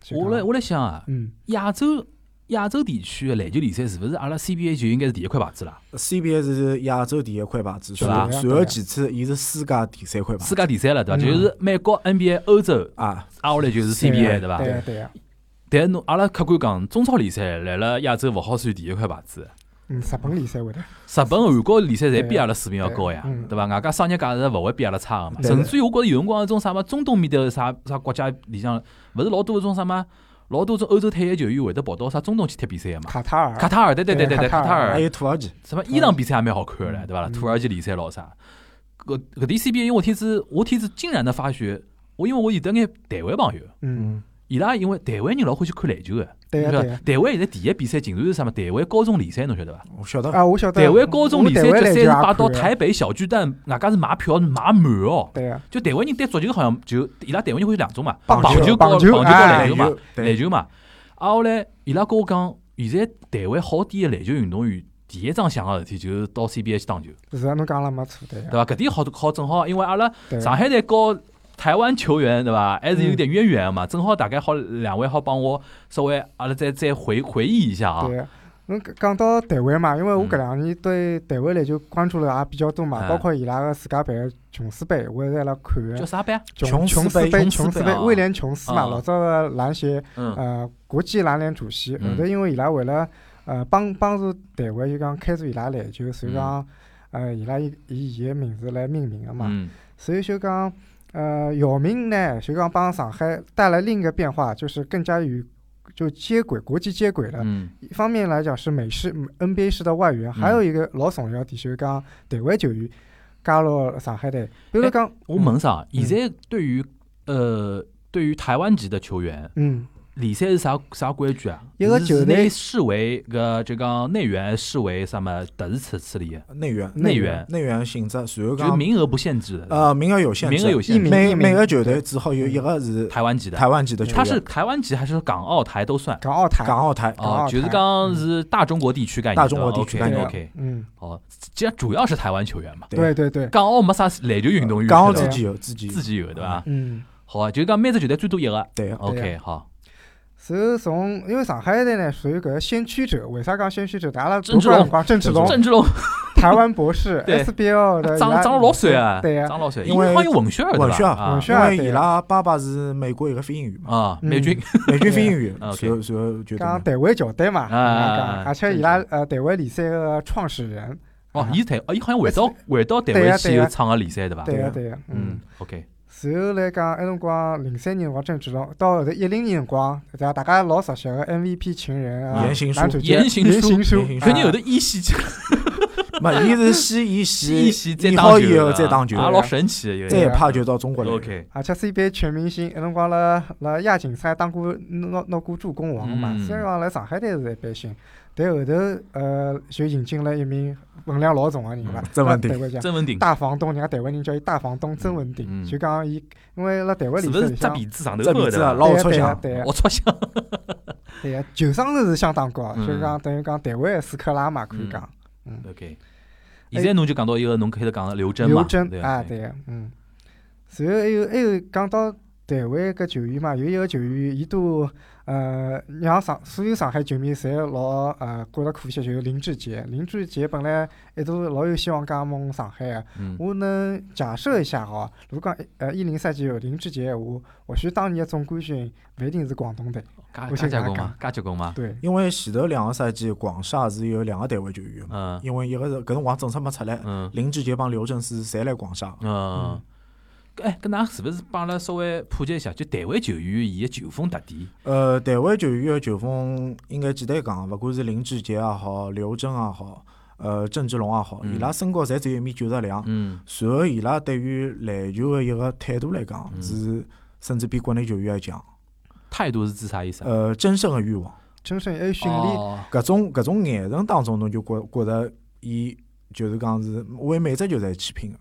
就我来讲我来想啊，嗯亚洲亚洲地区的篮球联赛是勿是阿拉 CBA 就应该是第一块牌子啦？ CBA 是亚洲第一块牌子，是然吧后然后其次伊是世界第三块牌世子界第三了对伐？嗯就是美国 NBA、欧洲，啊，挨下来就是 CBA 对伐？对呀啊对呀，但是侬阿拉客观讲，中超联赛来了亚洲勿好算第一块牌子。嗯，日本联赛会得，日本、韩国联赛侪比阿拉水平要高呀啊对嗯，对伐？外加商业价值勿会比阿拉差个嘛。对甚至于我觉着有辰光一种啥么中东面的啥啥国家里向，勿是老多一种啥么，老多种欧洲退役球员会得跑到啥中东去踢比赛个嘛。卡塔尔，卡塔尔，对对对对对，对卡卡塔塔尔还尔，有土耳其，什么伊朗比赛也蛮好看的，对伐？啦？嗯土耳其联赛老啥？搿搿点 CBA，因为我天子我天子竟然的发觉，我因为我有得眼台湾朋友，嗯，伊拉因为台湾人老欢喜看篮球个，对呀是吧对呀，啊台湾现在第一比赛竟然是啥么？台湾高中联赛，侬晓得伐？我晓得，啊，我晓得，台湾高中我联赛台湾决赛篮球是也摆到看的台北小巨蛋，外加是买票买满哦。啊对啊呀，就台湾人对足球好像就伊拉台湾人会有两种嘛，棒棒球高棒棒球球高哎篮球嘛，对篮球嘛。啊，后来伊拉跟我讲，现在台湾好点的篮球运动员，第一桩想个事体就是到 CBA 去打球，是啊，侬讲了没错，对呀对，伐？搿点好好正好，因为阿拉对啊上海队和台湾球员对伐，还是有点渊源的嘛，正好大概好两位好帮我稍微阿拉再再回回忆一下啊。对，侬搿讲到台湾嘛，因为我嗯搿两年对台湾篮球关注了也比较多嘛，嗯包括伊拉个自家办个琼斯杯，我也在辣看叫个。啥班？琼琼斯斯杯杯，琼琼斯斯杯杯啊，威廉琼斯啊嘛，老早个篮协嗯呃国际篮联主席，后嗯头因为伊拉为了呃帮帮助台湾，就讲开拓伊拉篮球，所以讲呃伊拉以以伊个名字来命名个嘛，嗯所以就讲呃姚明呢，就讲帮上海带来另一个变化，就是更加与就接轨国际接轨了。嗯一方面来讲是美式嗯 NBA 式的外援，还有一个老重要的就是讲台湾球员加入了上海队，比如讲，我问啥？现在对于呃，对于台湾籍的球员，嗯，联赛是啥啥规矩啊？一个是球是队内视为个就讲内援，视为什么特殊处处理的？内援内内援援内援性质，然后就讲名额不限制的，呃名额有限制，名额有限一制。嗯名每每个球队只好有一个是台湾籍的，台湾籍的球员，他是台湾籍还是港澳台都算？港澳台，港澳台，嗯港澳哦，台就是讲是大中国地区概念的。大中国地区概对念 OK，嗯，哦，既然主要是台湾球员嘛，对对对对，港澳没啥篮球运动员，港澳对自吧己有自己有自己哦有对吧？嗯，好啊，就是讲每只球队最多一个。对， OK，好，所以从因为上海队呢属于搿个先驱者，为啥讲先驱者？阿拉郑读志书龙辰光，郑志龙，郑志龙台湾博士对，SBL 的伊长拉长了老帅啊，对呀长老帅，因为好像有混血儿对吧混血儿啊混血因儿为对伊呀拉爸爸是美国一个飞行员嘛，啊，嗯美军美军飞行 员，嗯然后，OK 然后就讲台湾球队嘛，啊啊啊伊拉讲啊而且伊拉呃台湾联赛个创始人，哦啊，嗯伊台哦，伊好像回 到回到台对湾呀去对呀又唱个联赛对伐？对啊个对个，嗯嗯。，OK，随后来讲，埃辰光零三年辰光郑志龙，到后头一零年辰光，对伐？大家老熟悉个 MVP 情人啊，言行书男主角言行书言行书啊言行，书所以你后头头一 系没，伊是先以一先系再以打后球以后的再打球啊，老神奇的有再点。也怕就到中国来了。 OK，而且 CBA 全明星，埃辰光辣辣亚锦赛当过拿拿过助攻王嘛嗯。虽然讲来上海队是一般性，但后头呃就引进了一名分量老重啊个人了嗯，曾文鼎台湾讲曾文鼎大房东，人家台湾人叫伊大房东曾文鼎，嗯就讲伊因为辣台湾是联不赛是里扎向鼻子上头这厚名字啊的？老对抽对象，对我操像对个，球商是相当高，啊嗯就是讲等于讲台湾的斯科拉嘛，可以讲。 OK，现在侬就讲到一个侬开头讲的刘铮哎嘛，刘真对啊，吧，哎对个，嗯。随后还有还有讲哎到台湾搿球员嘛，有一个球员，伊都呃让上所有上海球迷侪老呃觉着可惜，就是林志杰。林志杰本来一度老有希望加盟上海个，嗯我能假设一下哈，如果讲呃一零赛季有林志杰，我或许当年的总冠军勿一定是广东队，加我加先结棍讲嘛，加结棍嘛，对，因为前头两个赛季广厦是有两个台湾球员嘛，嗯因为一个是搿辰光政策没出来，嗯林志杰帮刘正思侪来广厦。嗯。哎，搿㑚是勿是帮阿拉稍微普及一下？就台湾球员伊个球风特点，呃，台湾球员的球风应该简单讲，勿管是林志杰也好，刘铮也好，呃，郑志龙也好，嗯伊拉身高侪只有一米九十两，嗯然后伊拉对于篮球的一个态度来讲，嗯是甚至比国内球员还强。态度是指啥意思啊？呃，真胜的欲望，真正还有训练哦，搿种搿种眼神当中，侬就觉觉着伊就是讲是为每只球队去拼的。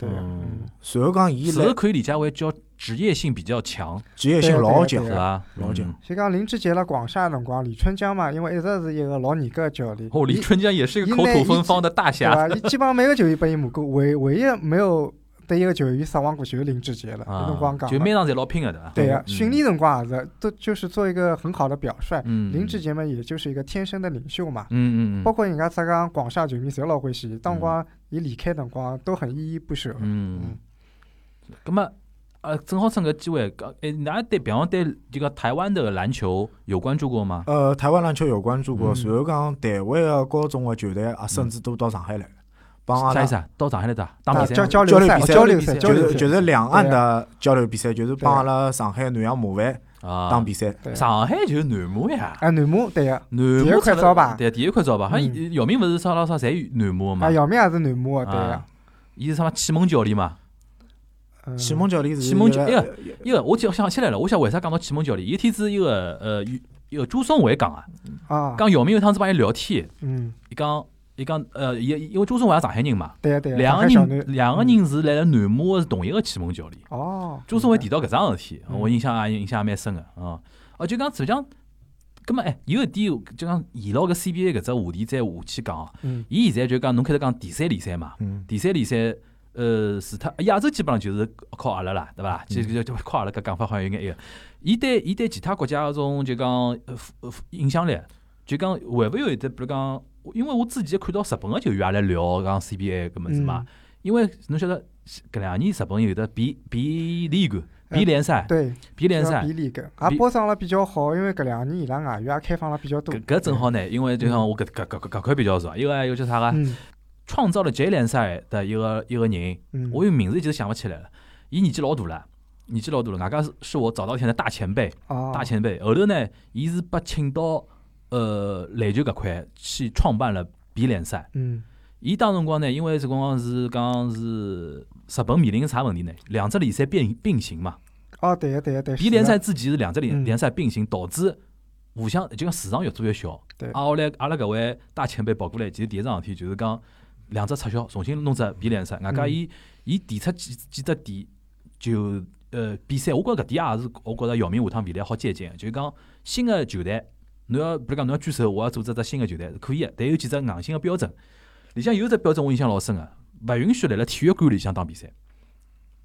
对个，嗯嗯。然后讲伊是不是来可以理解为叫职业性比较强，职业性老强对是啊吧？老将嗯。就讲林志杰辣广厦辰光，李春江嘛，因为一直是一个老严格的教练，哦，李伊春江也是一个口吐芬芳的大对侠。伐？伊基本上每个球员拨伊骂过，唯唯一没有对一个球员失望过就是林志杰了，啊那辰光讲就了。每场侪老拼个对伐？对呀、嗯训练辰光也是，都就是做一个很好的表率。嗯，林志杰嘛，也就是一个天生的领袖嘛。嗯，嗯嗯包括人家浙江广厦球迷侪老欢喜，当辰光伊离开辰光都很依依不舍。嗯，咁么呃，正好趁搿机会，搿诶，㑚对比方对这个台湾的篮球有关注过吗？呃，台湾篮球有关注过，嗯随后讲台湾个高中个球队啊，甚至都到上海来了，帮阿啥意拉思啊？到上海来打打啊，比赛交吗？交流赛，比赛交流赛，就交流是赛，就是两岸对啊的交流比赛，就是帮对啊阿拉上海南洋马湾啊，打比赛。对上海就是南模呀，啊，南模对呀，南模第一块招吧对，第一块招吧，好像嗯姚明勿是啥啦啥侪南模嘛啊，，姚明也是南模的，对呀啊。伊是啥嘛启蒙教练嘛？嗯哎启蒙教练是启蒙教一个一个我就想起来了，我想为啥讲到启蒙教练？有一天子一个呃一一个朱松伟讲啊，啊，讲姚明有趟子帮伊聊天，嗯，伊讲伊讲呃，伊因为朱松伟也上海人嘛，对呀对呀，嗯两个上海小南人两个人是来了南马是同一个启蒙教练。哦，朱松伟提到搿桩事体，嗯我印象也印象也蛮深个啊。哦，就讲实际上，葛末哎，有一点就讲沿牢搿 CBA 搿只话题再下去讲啊，嗯，伊现在就讲侬开头讲第三联赛嘛，嗯，第三联赛，呃，除脱亚洲基本上就是靠阿拉啦，对嗯伐？就就就靠阿拉搿讲法好像有眼埃个。伊对伊对其他国家搿种就讲呃负呃负影响力，就讲会勿会有一点，比如讲，因为我之前看到日本个球员也来聊讲 CBA 搿物事嘛，因为侬晓得搿两年日本有的比比 league 比联赛哎嗯对，啊比联叫赛比。利个，也比包装了比较好，因为搿两年伊拉外援也开放了比较多搿。搿正好呢，因为就像我搿搿搿搿搿块比较熟，啊一个还有叫啥个嗯创造了职业联赛的一个一个人，嗯，我有名字一直想不起来了。伊年纪老大了，年纪老大了，外加是是我早稻田的大前辈，啊，大前辈。后头呢，伊是被请到呃篮球搿块去创办了 B 联赛。嗯伊当辰光呢，因为辰光是讲是日本面临啥问题呢？两只联赛并并行嘛。哦，对呀对呀对呀。 B 联赛之前是两只联嗯联赛并行，导致互相就讲市场越做越小。对啊，后来阿拉搿位大前辈跑过来，其实第一桩事体就是讲两只撤销，重新弄只 B 联赛。外加嗯伊伊提出几几只点，就呃比赛，我觉着搿点也是我觉着姚明下趟未来好借鉴的，就是讲新的球队，侬要比如讲侬要举手，我要组织只新的球队是可以的，但有几只硬性的标准。里向有一只标准我印象老深个，勿允许辣辣体育馆里向打比赛。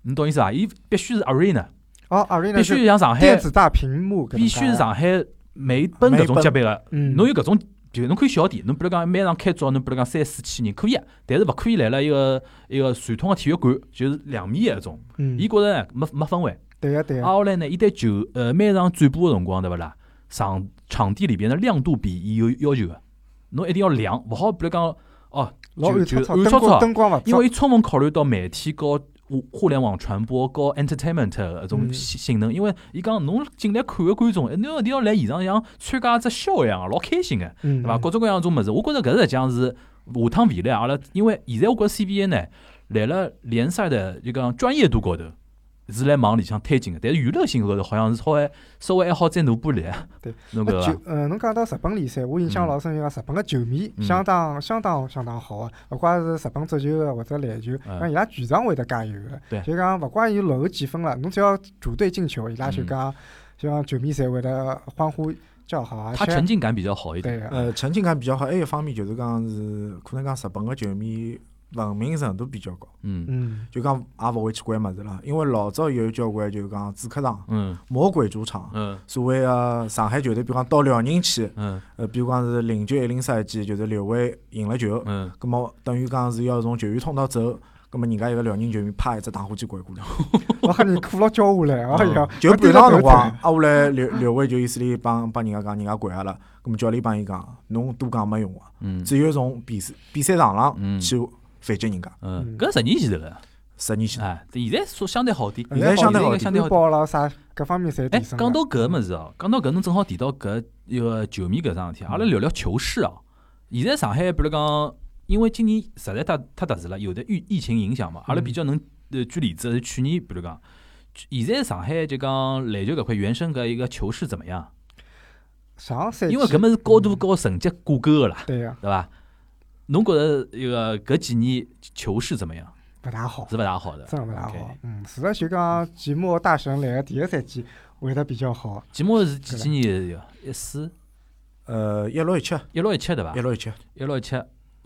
侬懂意思伐？伊必须是 arena，哦，阿瑞呢必须像上海电子大屏幕，必须是上海梅奔搿种级别个，嗯，侬有搿种，就侬可以小点，侬比如讲每场开足，侬比如讲三四千人可以，啊但是勿可以来了一个一个传统个体育馆，就是两米个一种。嗯，伊觉着呢没没氛围。对呀对啊，呀，后来呢，伊对球呃每场转播个辰光对勿啦，场场地里边的亮度比伊有要求个，侬一定要亮，勿好比如讲哦，老暗搓就搓，灯就暗搓搓光灯光勿足因为伊充分考虑到媒体和互互联网传播和 entertainment 搿种嗯性性能，因为伊讲侬进来看个观众，哎侬一定要来现场像参加一只秀一样，老开心个，嗯，对伐？各种各样种物事，我觉着搿实际上是下趟未来阿拉，因为现在我觉着 CBA 呢，来了联赛的就讲专业度高头。是来往里向推进个，但是娱乐性高头好像是稍微稍微还好再努步力。对，侬那搿就个呃，侬讲到日本联赛，我印象老深，就讲日本个球迷嗯相当相当相当好啊，勿怪是日本足球个或者篮球，嗯讲伊拉全场会得加油对个，就讲勿怪伊落后几分了，侬只要主队进球，伊拉就嗯讲就讲球迷侪会得欢呼叫好啊，他且沉浸感比较好一点。对啊个，呃，沉浸感比较好，还有一方面就是讲是可能讲日本个球迷呃文明程度比较高，嗯嗯就讲也勿会去关物事了，因为老早有交关就是讲主客场、嗯魔鬼主场。嗯所谓个上海球队，比如讲到辽宁去，嗯呃，比如讲是零九一零赛季，就是刘伟赢了球，嗯，咁么等于讲是要从球员通道走，咁么人家一个辽宁球迷啪一只打火机掼过来，我喊你哭了叫下来，哎嗯呀，就我盯半场着辰头光疼，啊，后来刘刘伟就意思里帮帮人家讲，人家掼阿拉，咁么教练帮伊讲，侬多讲没用个，嗯只有从比赛比赛场嗯浪去反击人家。嗯，搿十年前头了，十年前，哎，对现在说相对好点，现在相现对在应好该点相对好安点。保啦啊啥各方面侪哎，提升了。讲到搿物事哦，讲到搿侬正好提到搿一个球迷搿桩事体，嗯阿拉聊聊球市哦。现在上海比如讲，因为今年实在太太特殊了，有的疫疫情影响嘛，阿拉比嗯较能呃举例子是去年，比如讲，现在上海就讲篮球搿块原生搿一个球市怎么样？上赛季，因为搿物事高嗯度和成绩挂钩个啦，对啊呀，对伐？侬觉着一个搿几年球市怎么样？勿大好，是勿大好的，真的勿大 OK 好。嗯，除了就讲吉姆大神来个第一赛季会得比较好，节目是几几年的？一四呃，一六一七，一六一七对伐一？六一七，一六一七，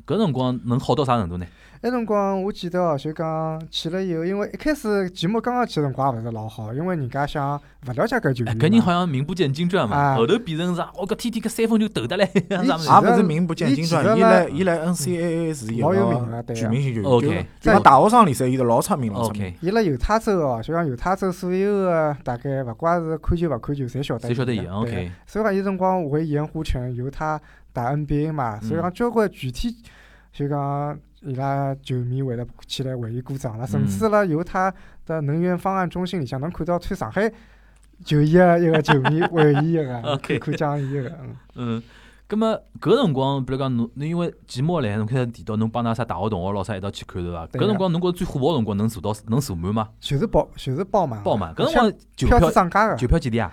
搿辰光能好到啥程度呢？那辰光我记得哦，就讲去了以后，因为一开始节目刚刚去的辰光也勿是老好，因为人家想勿了解搿球哎，员嘛。搿人好像名不见经传嘛，啊后头变成啥？我搿天天搿三分球投得来， 啥物事啊？也勿是名不见经伊传，其伊实来呢伊来 NCAA 是一老有名个了对啊全明星球员， OK 就是在像大学生联赛，伊是老出名老出名。 OK，伊辣犹他州哦，就讲犹他州所有个大概勿怪是看球勿看球，侪晓得。谁晓得伊对啊？OK，所以讲，伊辰光回盐湖城，由他打 NBA 嘛，嗯所以讲交关具体就讲伊拉球迷会得起来为伊鼓掌了，甚嗯至了由他的能源方案中心里向能看到穿上海球衣个一个球迷为伊一个 OK 看看讲伊一个，嗯嗯，葛末搿辰光，比如讲侬，侬因为节目来，侬开始提到侬帮㑚啥大学同学老啥一道去看对伐？对啊搿辰光侬觉着最火爆的辰光能坐到能坐满吗？就是爆就是爆满，爆满。搿辰啊票光九票票是涨价九个，票几钿啊？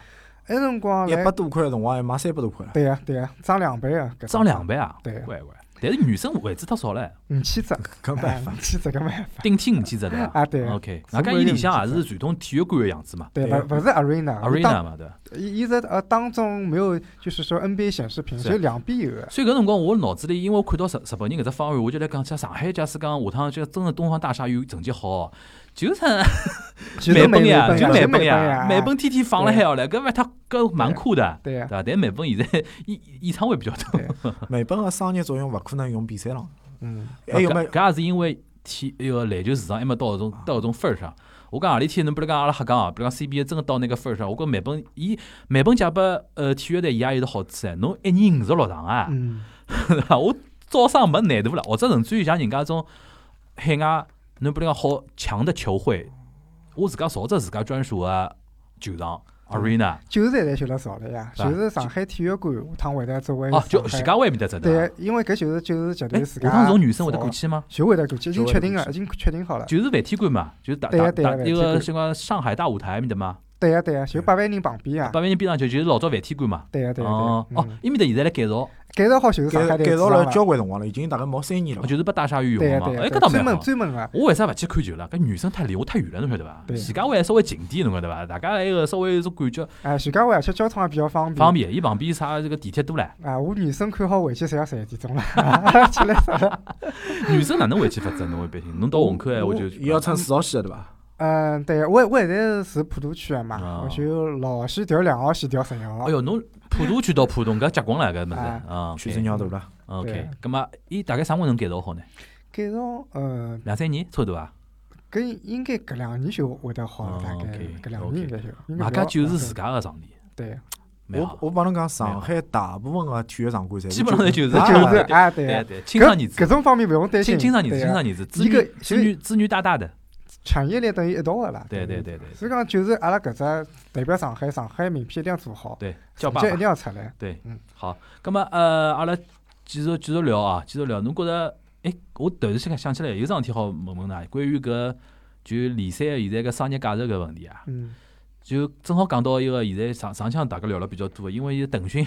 那哎辰光一来百多块的辰光还卖三百多块了，对呀对呀，涨两倍啊，搿涨两倍啊？对啊乖乖。但是女生位置太少了，五千只，搿没哎办法。 五千只搿没办法顶天五千只对伐啊对啊？OK，成外本加有伊里点向也啊奇是传统体育馆个样子嘛对，对勿勿是 arena，我当啊，arena 嘛对伐？伊伊在呃当中没有，就是说 NBA 显示屏，是只有两边有的。所以搿辰光我脑子里，因为我看到日日本人搿只方案，我就来讲，像上海，假使 讲下趟就真的东方大鲨鱼成绩好，就算其实美没本呀，就美美本呀， 美美本天天放了海好了，搿勿他搿蛮酷的，对对呀，伐？但美本现在 演演唱会比较多，美本个商业作用勿可能用比赛浪。嗯，还哎有没搿搿也是因为体呃那个篮球市场还没到搿种到搿种份儿上。我讲何里天侬比如讲阿拉瞎讲啊，比如讲 CBA 真个到那个份儿上，我觉美本伊美本借拨呃体育台伊也有得好处哎，侬一年五十六场啊，嗯，对伐？ 我招生没难度了，或者甚至于像人家种海外，侬比如讲好强的球会，我自家造只自家专属的球场 arena 就是现在修了少了呀，是吧就是上海体育馆下趟会得作为哦，就上徐海家汇面搭只对，因为搿就是就是集哎，团自下家。趟从女生会得过，去吗？就会得过去，已经就会确得定了，过已经确定好了。就是万体馆嘛，就是打对呀打对呀打万一体个馆什么上海大舞台面搭嘛，对呀对呀，就八万人旁边呀。啊八万人边上就就是老早万体馆嘛。对呀对呀哦对呀。哦嗯，，伊面搭现在辣改造，改造好就是上改海队改造了了交关辰光了，已经大概毛三年了哦。就是拨大鲨鱼对用呀嘛。对呀哎，，对搿倒专蛮门好。专门个。我为啥勿去看球了？搿女生太离我太远了，侬晓得伐？对徐家汇还稍微近点，侬晓得伐？大家还有稍微有种感觉哎，徐家汇而且交通也比较方便。方便，伊旁边啥这个地铁多唻。啊，我女生看好回去侪要十一点钟了， 起来早了。女生哪能回去发展？侬会别听，侬到虹口闲话哦就伊要乘四号线的对伐？嗯，对，我我现在是住普陀区的啊嘛，我就老号线调两号线调十一号哎。哟，侬普陀区到浦东搿结棍了搿物事啊啊。哦确实鸟大了。 OK，对葛末伊大概啥辰光能改造好呢？改造，嗯，两三年差不多啊。搿应该搿两年就会得好哦了，大概 OK，搿两年应该就。应该外比较加就是自嗯家个场地，对，蛮我好。我帮侬讲，上海大部分个体育场馆侪基本上就是啊就是啊，对对，对，青少搿年搿子，种方面勿用担青心。青少年子，对青啊少年子，子一个女子其实女子女大大的，产业链等于一道个啦。对对对。对对所以讲，就是阿拉搿只代表上海，上海名片一定要做好，对，叫成爸绩一定爸。要出来。对嗯，好，葛末呃，阿拉继续继续聊啊，继续聊。侬觉着，哎，我突然想想起来有桩事体好问问㑚，关于搿就联赛的现在搿商业价值搿问题啊。嗯，就正好讲到一个现在上上腔大家聊了比较多的，因为有腾讯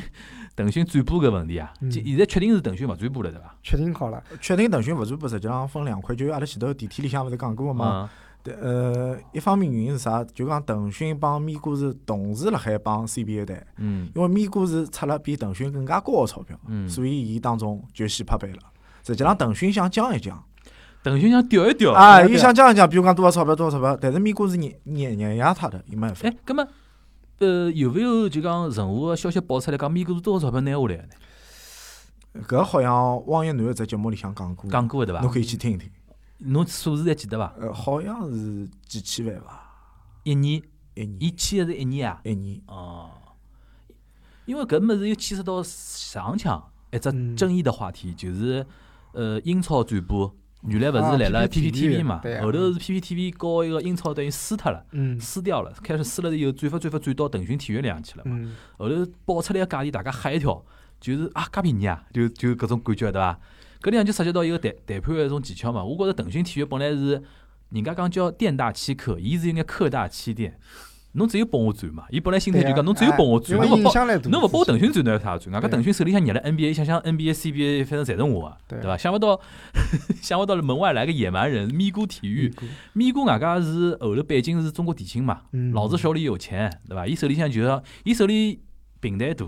腾讯转播搿问题啊，嗯就现在确定是腾讯勿转播了，对伐？确定好了。呃确定腾讯勿传播，实际上分两块，就是阿拉前头电梯里向勿是讲过个嘛。嗯，对呃，一方面原因是啥？就讲腾讯帮咪咕是同时辣海帮 CBA 队，嗯因为咪咕是出了比腾讯更加高个钞票，嗯，所以伊当中就先拍板了。实际上腾讯想降一降，腾讯想调一 调啊，对伊吧想降一降，比如讲多少钞票多少钞票，但是咪咕是碾碾碾压他的，伊没办法哎。，葛么呃有没有就讲任何个消息爆出来讲咪咕是多少钞票拿下来的呢？搿好像汪一楠一只节目里向讲过，讲过的对侬伐？可以去听一听。侬数字还记得伐？呃，好像是几千万吧，一年，一年伊签的是一年啊？一年。哦，因为搿物事又牵涉到上腔一只嗯争议的话题，就是呃英超转播。原来勿是来了啊 PPTV 嘛对，啊后头是 PPTV 搞一个英超等于输脱了，嗯撕掉了，开始撕了以后，转发转发转到腾讯体育里向去了嘛。嗯，后头爆出来个价钿，大家吓一跳，就是啊，介便宜啊，就就搿种感觉对伐？搿里向就涉及到一个谈谈判个一种技巧嘛。我觉着腾讯体育本来是人家讲叫店大欺客，伊是应该客大欺店。侬只有帮我转嘛，伊本来心态对就呀讲侬只有帮我转，哎因侬为勿影帮响力大侬勿帮我腾讯转，侬有啥转？外加对腾讯手里向捏了 NBA，想想 NBA、CBA，反正侪是我个，对对伐？想勿到， 想勿到门外来个野蛮人，咪咕体育，咪咕外加是后头背景是中国电信嘛，嗯老子手里有钱，对伐？伊手嗯里向就是，伊手里平台大，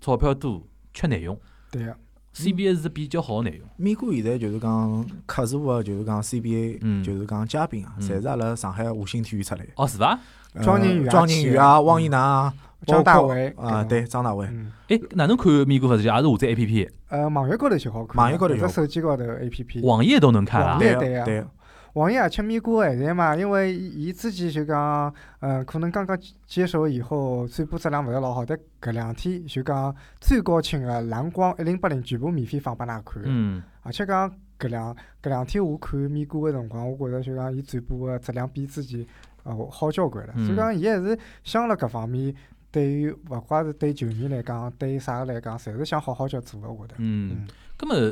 钞票多，缺内容，对呀，啊 CBA 是比较好的内容。咪咕现在就是讲客座个，就是讲 CBA，嗯就是讲嘉宾啊，嗯侪是阿拉上海华兴体育出来的。哦，是伐？呃庄宁宇啊庄宁宇啊，汪一楠啊，包张大括伟啊，对对，张大伟。嗯，哎，哪能看咪咕法？就也是下载 A P P，呃，网页高头就好看，网页高头或就者好手机高头 A P P。网页都能嗯看网啊页。啊对啊对啊，网易而且咪咕现在嘛，哎因为伊伊自己就讲，呃，可能刚刚接手以后，传播质量勿是老好，但搿两天就讲最高清个蓝光一零八零全部免费放拨㑚看。嗯，而且讲搿两搿两天我看咪咕个辰光，我觉着就讲伊传播个质量比之前呃好交关了。嗯所以讲伊还是想辣搿方面，对于勿怪是对球迷来讲，对于啥个来讲，侪是想好好叫做个，我觉得。嗯，咁么，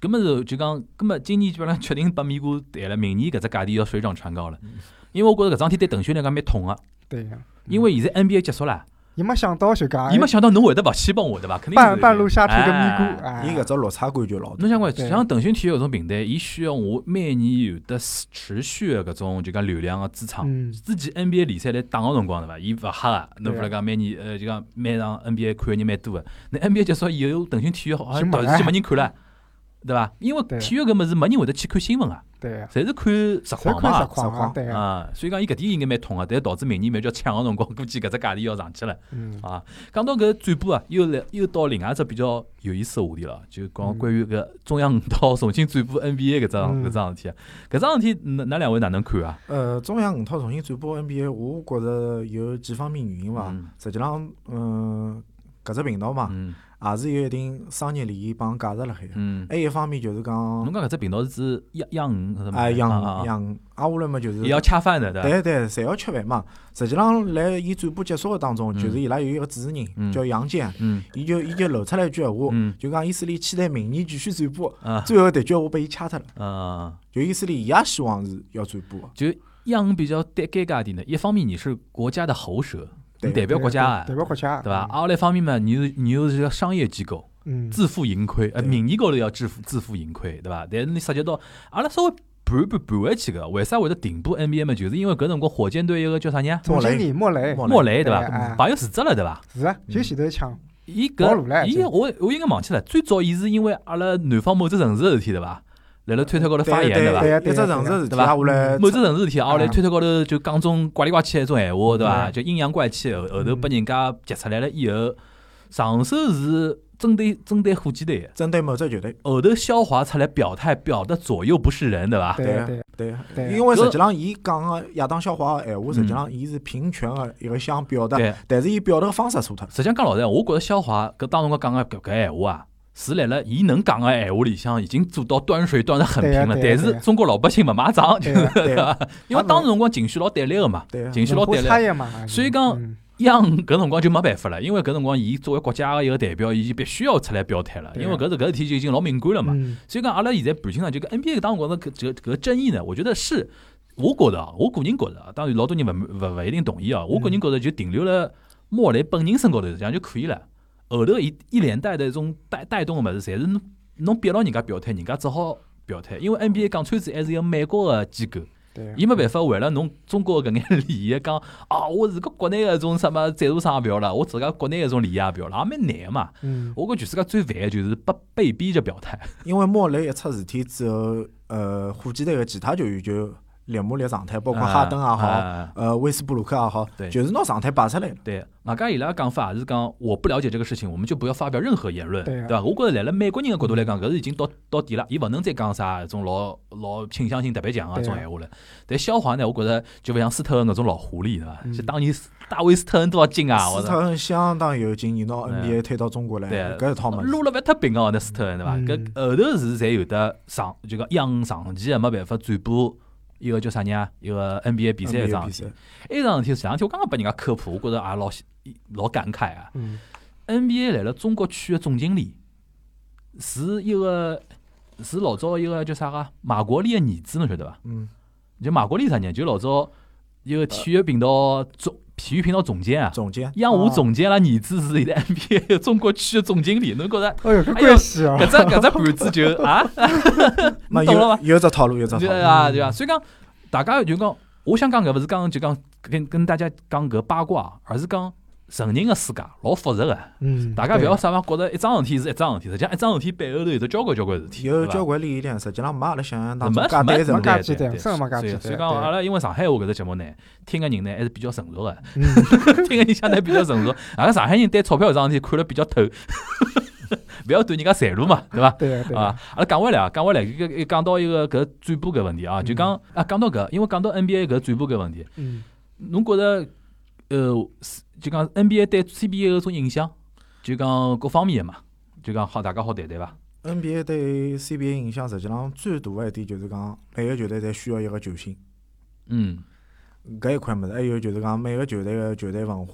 咁么就就讲，咁么今年基本上确定把美股抬了，明年搿只价钿要水涨船高了。嗯因为我觉着搿桩事体对腾讯来讲蛮痛个，对嗯个。因为现在 NBA 结束了，伊没想到就讲，伊没想到侬会得勿去帮我对伐？肯定哎半是半路下去个咪哎咕，啊，伊搿只落差感就老大。侬想看，对像腾讯体育搿种平台，伊需要我每年有得持续个搿种就讲流量个支撑。嗯，之前 NBA 联赛来打个辰光对伐？伊勿黑个，对侬啊勿来讲每年呃就讲每场 NBA 看个人蛮多个。那 NBA 结束以后，腾讯体育好像就没突然了之间没人看了，对伐？因为对啊体育搿物事没人会得去看新闻啊，对个。侪是看实侪况看嘛实。况实啊况，对个，啊，所以讲伊搿点应该蛮痛啊个，但导致明年蛮叫抢个辰光，估计搿只价钿要上去了。嗯，啊，讲到搿转播啊，又来又到另外一只比较有意思个话题了，就讲嗯关于搿中央五套重新转播 NBA 搿桩嗯搿桩事体啊，搿桩事体哪哪两位哪能看啊？呃，中央五套重新转播 NBA，我觉着有几方面原因伐嗯。实际浪，嗯，搿只频道嘛，嗯也是有一定商业利益帮价值辣海。嗯，还有一方面就是讲侬，讲搿只频道是指央央五是吗？啊，啊养啊养啊，下来嘛就是也要吃饭的对伐？对对，侪要吃饭嘛。实际浪来伊转播结束个当中，就是伊拉有一个主持嗯人叫杨健，嗯伊就伊就漏出来一句闲话，嗯就讲意思里期待明年继续转播。啊最后迭句闲话被伊掐脱了，啊，就意思里伊也希望是要转播个。就央五比较尴尴尬一点呢，一方面你是国家的喉舌，你对代表国家啊，代表国家，对伐？啊，另一方面嘛，你又你又是个商业机构。嗯？嗯，自负盈亏，呃，对名义高头要自负自负盈亏，对伐？但是你涉及到阿拉稍微盘盘盘回去个，为啥会得停播 NBA 嘛？就是因为搿辰光火箭队一个叫啥人啊，总经理莫雷莫莫嗯雷对对伐？啊朋友辞职了对伐？是啊，就前头抢，伊暴露了搿已伊经我我应该忘记了，最早伊是因为阿拉南方某只城市个事体对伐？辣辣推特高头发言对伐？对对呀一只城市事体啊，下来某只城市事体啊，后来啊推特高头就讲种怪里怪气的一种闲话，对伐？嗯就阴阳怪气，后后头嗯被人家截出来了以后，上手是针对针对火箭队个。针对某只球队。后头肖华出来表态，表得左右不是人，对伐？对啊对对，对啊因为实际浪伊讲个亚当肖华个闲话，实际浪伊是平权个一个想表达，嗯对，但是伊表达个方式 错脱了。实际上讲老实，话，我觉着肖华搿当中讲个搿搿闲话啊，是辣辣伊能讲个闲话里向已经做到端水端得很平对了，但呀对呀是对呀中国老百姓勿买账，就对是 呀对啊伐？因为当时辰光情绪老对立个嘛，对啊，情绪老文化对立。差异嘛，所以讲嗯央搿辰光就没办法了，因为搿辰光伊作为国家个一个代表，伊就必须要出来表态了，对因呀为搿是搿事体就已经老敏感了嘛。嗯所以讲，阿拉现在盘清爽，就搿 NBA 当中的搿搿搿争议呢，我觉得是，我觉得啊，我个人觉得啊，当然老多人勿勿勿一定同意啊，我个人觉得就停留了莫雷本人身高头，这样就可以了。后头一一连带的这种带带动的物事，侪是侬侬逼牢人家表态，人家只好表态，因为 NBA 讲穿子还是一个美国的机构，对啊伊没办法为了侬中国的搿眼利益讲啊，我是个国内的一种什么赞助商也不要了，我自家国内的一种利益也不要了，也蛮难的嘛。嗯，我觉得全世界最烦的就是被被逼着表态。因为莫雷一出事体之后，呃，火箭队个其他球员就立马立状态，包括哈登也啊好，啊呃，威斯布鲁克也好对，就是拿状态摆出来了。对，外加伊拉讲法也是讲，我不了解这个事情，我们就不要发表任何言论，对对啊伐？我觉着来了美国人的角度来讲，搿是已经到到底了，伊勿能再讲啥这种老老倾向性特别强啊对啊种闲话了。但肖华呢，我觉着就勿像斯特恩搿种老狐狸，对伐？嗯就当年斯大卫斯特恩多少斤啊？我斯操特恩相当有经验，拿对 NBA 推到中国来对啊，搿一套嘛。撸了勿特饼啊，那斯特恩对伐？嗯搿后头是侪有的上，就讲央长期的没办法转播一个叫啥人啊？一个 NBA 比赛一 NBA 桩比事赛体，，一桩事体，上趟我刚刚拨人家科普，我觉着也老老感慨啊。嗯 NBA 来了中国区的总经理，是一个是老早一个叫啥个马国立的儿子，侬晓得伐？嗯，呃就马国立啥人？就老早一个体育频道总体育频道总监啊，总啊监，央五哦总监啦，儿子是现在 NBA 中国区的总经理，侬觉 着哎呦，搿哎呦关系哦，搿只搿只盘子就啊，那侬懂了有伐？有一只套路，有一只套就路。啊对伐？所以讲，大家就讲，我想讲搿勿是讲就讲跟跟大家讲搿八卦，而是讲成人个世界老复杂个，嗯，大家勿对要啥方觉着一桩事体是一桩事体，实际上一桩事体背后头有得交关交关事体，有对伐交关利益链，实际上没阿拉想象当中没介单没纯没介对的。简单对真的没介所以简单所以讲，对阿拉因为上海话搿只节目呢，听个人呢还是比较成熟个，嗯听个人相对比较成熟。 阿拉上海人对钞票搿桩事体看了比较透， 勿要对人家财路嘛，对伐？对个对啊个，，阿拉讲回来啊，讲回来，搿个讲到一个搿转播搿问题啊，就讲啊，讲到搿，因为讲到 NBA 搿转播搿问题，嗯，侬觉着呃，是就讲 NBA 对 CBA 搿种影响，就讲各方面个嘛，就讲好大家好谈谈伐？ NBA 对 CBA 影响，实际上最大个一点就是讲，每个球队侪需要一个球星，嗯搿一块物事。还有就是讲，每个球队个球队文化，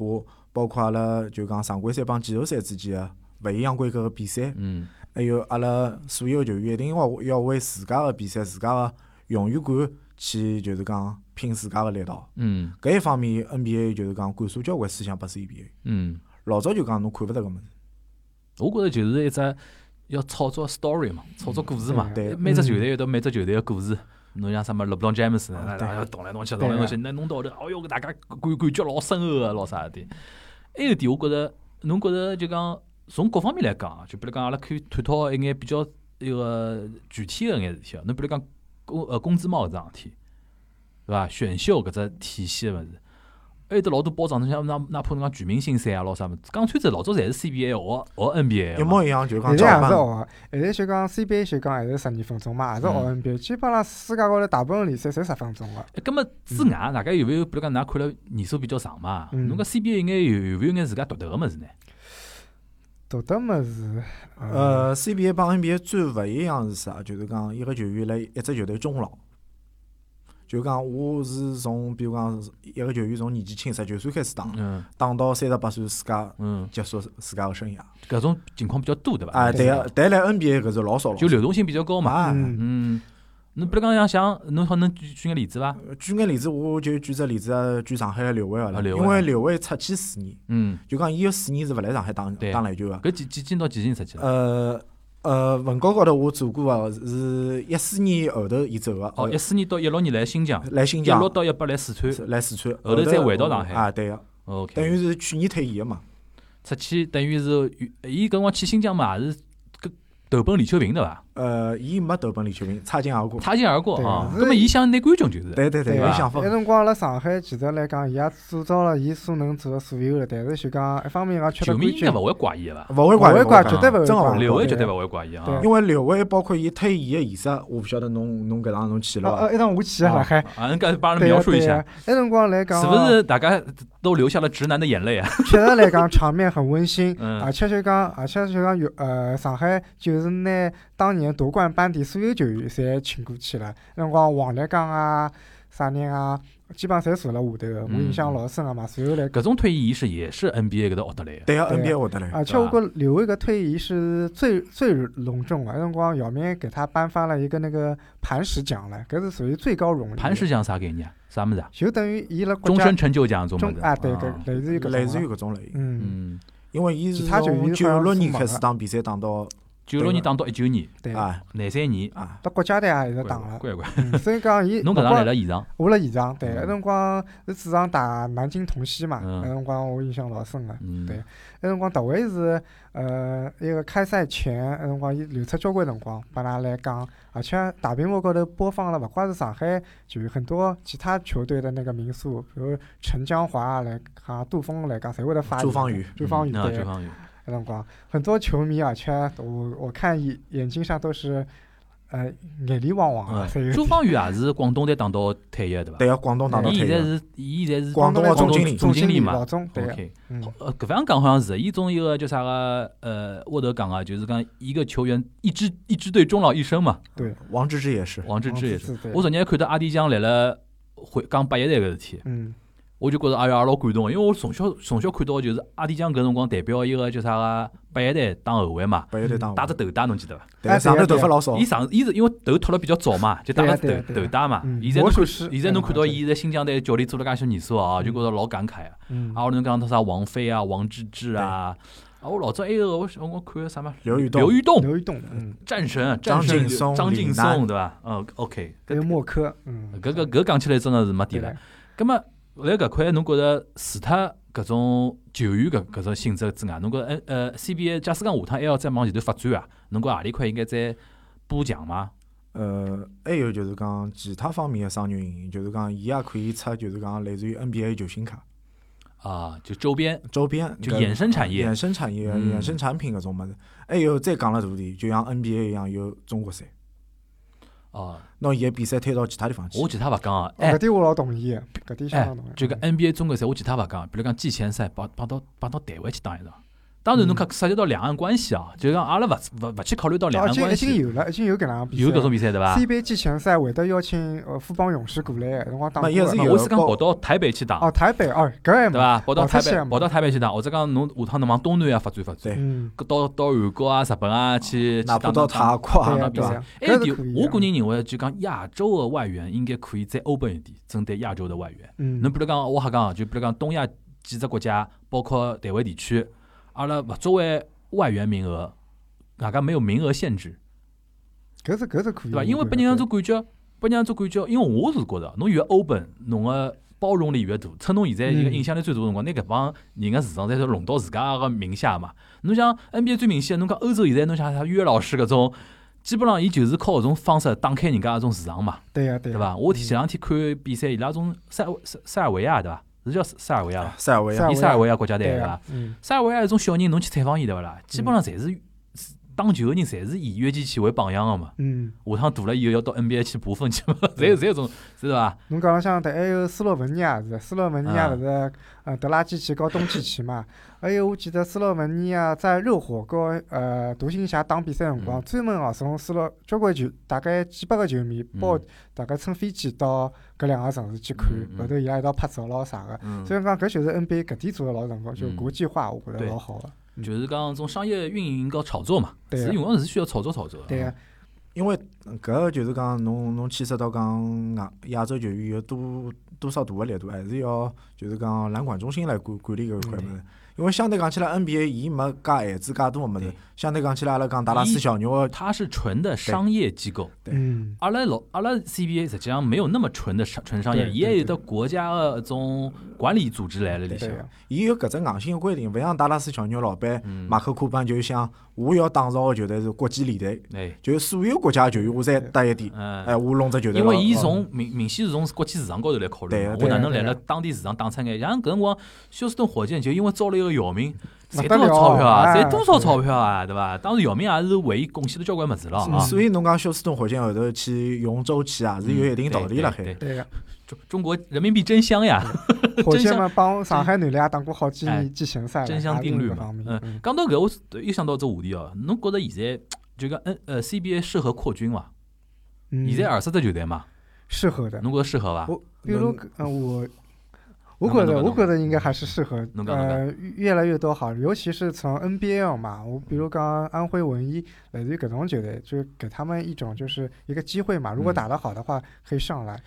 包括阿拉就讲常规赛帮季后赛之间个勿一样规格个比赛，嗯还有阿拉所有球员一定要要为自家个比赛、自家个荣誉感去，就是讲拼自家个力道。嗯搿一方面，NBA 就是讲灌输交关思想拨 CBA。嗯，老早就讲侬看勿着搿物事，我觉着就是一只要炒作 story 嘛，炒作故事嘛嗯，对每只球队有得每只球队个故事。侬像什么 LeBron James 哎呢？啊那对那要动来动去，动来动去，那弄到头，哎哟，大家感感觉老深厚个，老啥的。还有一点，我觉着，侬觉着就讲从各方面来讲啊，就比如讲阿拉可以探讨一眼比较一个具体个眼事体啊。侬比如讲工呃工资帽搿桩事体，对伐？选秀搿只体系个物事，还有得老多包装，侬像哪哪怕侬讲全明星赛啊，老啥物事，钢穿者老早侪是 CBA 学学 NBA 一的嘛模一样，就是讲啊现在照也是搬。学，现在就讲 CBA 就讲还是十二分钟嘛，也是嗯学 NBA，基本上世界高头大部分联赛侪十分钟个，哎，葛么之嗯外，大家有没有比如讲，㑚看了年数比较长嘛？嗯侬讲 CBA 应该有有没有眼自家独特个物事呢？读的么是，呃，呃，CBA 帮 NBA 最勿一样是啥？就是讲一个球员辣一只球队终老，就讲我是从比如讲一个球员从年纪轻十九岁开始打，嗯打到三十八岁自家嗯，结束自家个生涯。搿种情况比较多，对伐？啊，应对该是个，但来 NBA 搿是老少老就少。流动性比较高嘛。啊，嗯嗯，侬比如讲像像侬好能举举眼例子伐？举眼例子，我就举只例子啊，举上海个刘伟个啊了，刘因伟为刘伟出去四年，嗯，就讲伊有四年是勿来上海打对打篮球个。搿几几进到几进出去了？呃呃，文高高头我做过个，是一四年后头伊走个，哦，一四年到一六年来新疆，来一新疆六。到一八来四川。是来四川，后头再回到上海啊，对个，等 OK，于是去年退役个嘛，出去等于是伊搿辰光去新疆嘛，也是搿投奔李秋平对伐？呃，伊没投奔李秋平，擦肩而过，擦肩而过对啊。是葛么伊想拿冠军就是。对对对，对哎有吧想法那，辰光辣上海其实来讲，伊也做到了伊所能做的所有的，但是就讲一方面讲缺球了迷冠应该军，勿会怪伊个伐？勿会怪，不会怪，怪嗯绝对不会真的怪勿刘会伟对绝对勿会怪伊啊。对因为刘伟包括伊退役个仪式，我勿晓得侬侬搿趟侬去哦了哦，伐？一趟我去了上海，啊，应该帮阿拉对描个述一对啊下个，，那辰光来讲，是不是大家都流下了直男的眼泪啊？，确实来讲，场面很温馨 嗯而且就讲，而且就讲有呃，上海就是拿当年夺冠班底所有球员侪请过去了，那辰光王立刚啊、啥人啊，基本上侪坐了下头个，我嗯印象老深个嘛。随后来，搿种退役仪式也是 NBA 搿搭学得来的。对个对啊，NBA 会得来，而且我觉得刘伟个退役是最最隆重个，那辰光姚明给他颁发了一个那个磐石奖了，搿是属于最高荣誉。磐石奖啥概念啊？啥物事啊？就等于伊辣国终家身成就奖这种中物事啊，对搿类似于搿种类似于啊搿种类型，嗯，嗯，因为伊是其他球从员九六好像年是开始没打比赛，打到九六年打到一九年，对。啊廿三年，啊，到国家队也一直打了，乖乖，乖嗯所以讲伊 侬搿勿趟光来了现场，我辣现场，对，嗯那辰光是主场打南京同曦嘛，嗯那辰光我印象老深个。嗯，对那辰光特别是呃一个开赛前，那辰光伊留出交关辰光帮㑚来讲，而且大屏幕高头播放了，勿光是上海，就有很多其他球队的那个名宿，比如陈江华啊来讲，杜锋来讲，侪会得发朱言芳雨，朱芳雨啊，对朱，芳雨，那辰光很多球迷，而且我我看眼眼睛上都是呃眼泪汪汪啊，嗯侪 有朱芳雨也是广东队打到退役的对伐？对个，广东打到伊退现在役，是，伊现在是广东的总经理总总经理嘛老总对 OK，嗯呃，搿方讲好像是，伊从一个叫啥个，呃，沃德讲啊，就是讲一个球员一支一支队终老一生嘛，对，王治郅也是，王治郅也是。是对我昨日看到阿迪江来了回讲八一队搿事体，嗯我就觉着哎呀老感动，因为我从小从小看到就是阿迪江搿辰光代表一个叫啥个八一队打后卫嘛，白队打嗯打只头带侬记得伐？对个，哎上对头头个发老少伊，上伊是因为头脱了比较早嘛，就打了对啊对啊头对头啊带嘛嗯。现在侬魔术看，师现在侬看到嗯伊在新疆队教练做了介许年数啊，就觉着老感慨啊。嗯啊，我能讲到啥王菲啊、王治郅啊，啊，我老早还有个我想我看个啥嘛，刘宇刘东，玉栋刘宇栋，嗯，战神，啊张战神劲松张劲李楠松对伐？嗯，OK，还搿有默克，嗯，搿个搿讲起来真的是没底对了的。，咁么辣搿块，侬觉着除脱搿种球员搿搿种性质之外，侬觉着呃呃 CBA 假使讲下趟还要再往前头发展啊，侬觉着何里块应该再补强吗？呃，还有就是讲其他方面的商业运营，就是讲伊也可以出，就是讲类似于 NBA 球星卡啊，就周边周边，就搿衍生产业啊衍生产业、嗯衍生产品搿种物事。还有再讲了大点，就像 NBA 一样有中国赛，啊，拿伊个比赛推到其他地方去我。其他勿讲啊，哎搿点我老同意的，搿点相哎当同意，。嗯就搿 NBA 中国赛，我其他勿讲，比如讲季前赛，帮帮到帮到台湾去打一场。当嗯然，侬看涉及到两岸关系啊，就讲阿拉勿勿勿去考虑到啊两岸已经关已经系，有了，已经有搿能样比赛有了。搿种比赛对伐？ CBA 季前赛会得邀请呃富邦勇士过来，辰光打没过也是的那有我是讲包跑到台北去打，哦，台北哦，搿还对没伐？跑到台跑出去北了，嘛跑到台北去打。或者讲侬下趟能往东南亚啊发展发展，对嗯，搿到到韩国啊、日本啊哦去去打哪怕到打。塔跨对呀那啊，哪比对赛怕呀，埃搿是可以点啊的我个人认为，就讲亚洲的外援应该可以再 open 一点，针对亚洲的外援。嗯侬比如讲，我瞎讲啊，就比如讲东亚几只国家，包括台湾地区，阿拉勿作为外援名额，外加没有名额限制，搿是搿是嗯可以对的，伐？因啊为我觉拨得人家种感觉，拨人家种感觉，因为我是觉得，侬越 open，侬个包容力越大。趁侬现在一个嗯影响力最大的辰光，拿搿帮人个市场侪是弄到自家个名下嘛。侬像 NBA 最明显，侬讲欧洲现在侬像啥约老师搿种，基本上伊就是靠搿种方式打开人家搿种市场嘛，对呀对啊对呀伐？我前两天看比赛，伊拉种塞塞塞尔维亚对伐？是叫塞塞尔维亚伐？塞尔维亚塞尔维亚伊塞尔维亚国家队对嗯对啊呀伐？，嗯塞尔维亚有种小人，侬去采访伊对勿啦？基本上侪是打球个人，侪是以约基奇为榜样个嘛。嗯，下趟大了以后要到 NBA 去补分去嘛，啊 侪侪有种是伐？侬讲了像对，还有斯洛文尼亚是，斯洛文尼亚啊勿是呃德拉季奇和东契奇嘛，还有我记得斯洛文尼亚在热火和呃独行侠打比赛辰光，嗯专门哦从斯洛交关球大概几百个球迷包嗯大概乘飞机到搿两个城市去看嗯，嗯后头伊拉一道拍照咯啥个。嗯所以讲，搿就是 NBA 搿点做的老成功，就嗯国际化，我觉得对老好个。嗯就是讲种商业运营和炒作嘛，对啊是用光是需要炒作炒作的。对啊个，因为呃搿个就是讲侬侬牵涉到讲亚亚洲球员有多多少大个力度，还是要就是讲篮管中心来管管理搿一嗯块物事。因为相对讲起来，NBA 伊没介限制介多个物事对，相对讲起来，阿拉讲达拉斯小牛个嗯它是纯的商业机构，对嗯，阿拉老阿拉 CBA 实际上没有那么纯的商纯商业，对伊也对有的国家的种管理组织来了里对啊向。个，伊有搿只硬性个规定，勿像达拉斯小牛老板嗯马克库班就是想，我要打造个球队是国际联赛，哎，就是所有国家的球员我侪搭一点，哎，呃嗯，我弄只球队因了。为伊哦从明明显是从国际市场高头来考虑对嘛啊，我对啊哪能来对啊了当地市场打出眼？像搿辰光休斯顿火箭就因为招了一个姚明，不赚得了多少钞票啊？哎赚多少钞票啊？对伐？当然姚明也是为伊贡献了交关物事了啊。哦所以侬讲休斯顿火箭后头去用周琦啊，是有一定道理辣海。对对对对个。啊中中国人民币真香呀，火真箭香嘛帮上海男篮也打过好几哎年季前赛了，真香也是定律搿嘛方面。嗯，讲到搿，我是又想到只话题哦。侬觉着现在就讲 N 呃 CBA 适合扩军伐？嗯，现在二十只球队嘛，适合的。侬觉着适合伐？我比如侬，嗯，我我侬觉讲得侬讲我侬觉讲得应该还是适合，侬讲侬呃，越来越多好，尤其是从 NBL 嘛，我比如讲安徽文一，类似于搿种球队，就给他们一种就是一个机会嘛。如果嗯打得好的话，可以上来。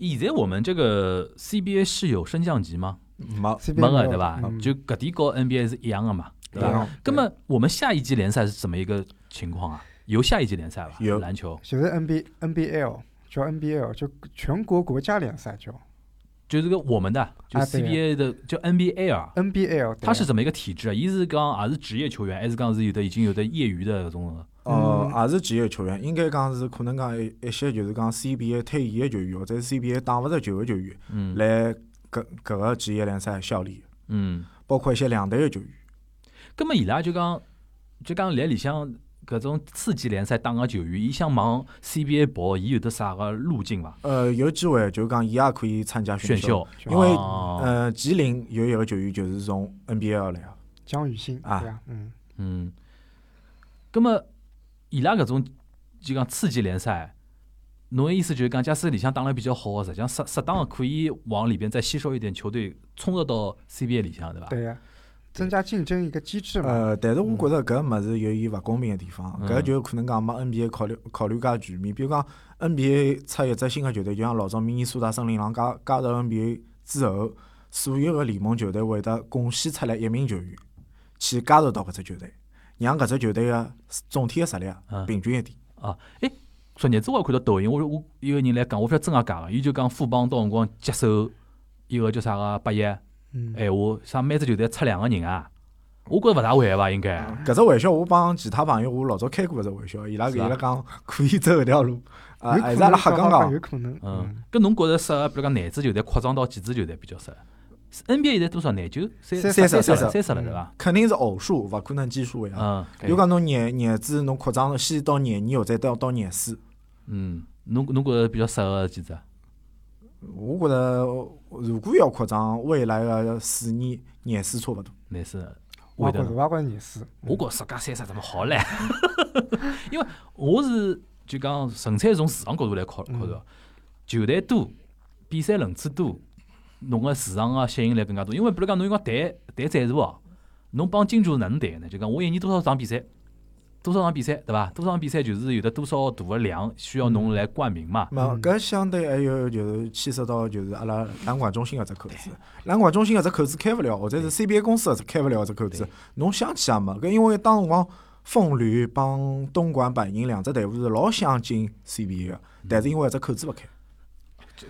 现在我们这个 CBA 是有升降级吗？没 CBA 没没个有对伐嗯？就搿点和 NBA 是一样的嘛，对一伐样？那么我们下一级联赛是怎么一个情况啊？有下一级联赛伐？有篮球，就是 NB NBL 叫 NBL 就全国国家联赛叫就这个我们的就啊对 CBA 的就 NBA 啊。 NBL，对它是怎么一个体制啊？伊是讲也是职业球员，还是讲是有的已经有的业余的搿种？呃，嗯也是职业球员，应该讲是可能讲一一些就是讲 CBA 退役的球员，或者 CBA 打勿着球的球员，嗯来搿搿个职业联赛效力，嗯，包括一些两队的球员。根么伊拉就讲，就讲来里向搿种次级联赛打个球员，伊想往 CBA 跑，伊有得啥个路径伐？呃，有机会就讲伊也可以参加选秀。秀，选因为哦呃，吉林有一个球员就是从 NBA 来的，江宇欣，啊对呀，嗯，嗯，葛么伊拉搿种就讲次级联赛，侬个意思就是讲，假使里向打了比较好，实际上适适当地可以往里边再吸收一点球队，冲入到 CBA 里啊向，对伐？对呀，增加竞争一个机制嘛。呃，但是我觉着搿物事有伊勿公平个地方，嗯搿就可能讲没 NBA 考虑考虑介全面。比如讲 NBA 出一只新个球队，就像老早明尼苏达森林狼加加入 NBA 之后，所有个联盟球队会得贡献出来一名球员，去加入到搿只球队，让搿只球队个总体个实力啊嗯平均一点。昨日子我也看到抖音，我说我有个人来讲，我勿晓得真个假个，伊就讲富邦到辰光接手一个叫啥个八一，嗯，闲话啥每只球队出两个人啊，我觉着勿大会伐，应该。搿只玩笑我帮其他朋友我老早开过搿只玩笑，伊拉是伊啊拉讲 可以走搿条路，啊，有可还是阿能拉瞎讲讲，讲有。可能，嗯，搿侬觉着适合，比如讲廿支球队扩张到几支球队比较适合是？NBA 现在多少廿九？三三三十十三了，三十十了对伐？肯定是偶数，勿可能奇数呀。嗯，啊有讲侬廿廿子侬扩张了，先到廿二，后再到到廿四。嗯，侬侬觉着比较适合几只？我觉着呃如果要扩张，未来个四年廿四差勿多。廿四？我会觉得着侬我也觉着廿四，我觉十加三十怎么好嘞？ 因为我是就讲纯粹从市场角度来考嗯考虑，哦球队多，比赛轮次多，侬个市场个啊吸引力更加多。因为比如讲侬讲谈谈赞助哦，侬帮金主是哪能谈个呢？就讲我一年多少场比赛，多少场比赛对伐？多少场比赛就是有的多少大个量需要嗯侬来冠名嘛。那嗯搿相对还有就是牵涉到就是阿拉篮管中心搿只口子，篮管中心搿只口子开勿了，或者是 CBA 公司搿只开勿了搿只口子对，侬想去也没。搿因为当辰光凤旅帮东莞白银两只队伍是老想进 CBA 个，但是因为搿只口子勿开。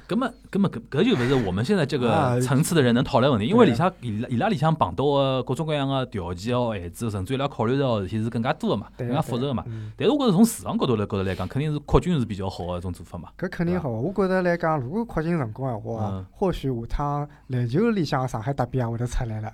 搿么搿么搿搿就勿是我们现在这个啊层次的人能讨论问题，因为对里啊向伊拉伊拉里向碰到个各种各样个条件哦、限制，甚至伊拉考虑到的事体是更加多个嘛，对更加啊复杂个嘛。嗯但是我觉着从市场角度来角度来讲，肯定是扩军是比较好个一种做法嘛。搿肯定好。我觉着来讲，如果扩进成功的话嗯，或许下趟篮球里向上海打比也会得出来了。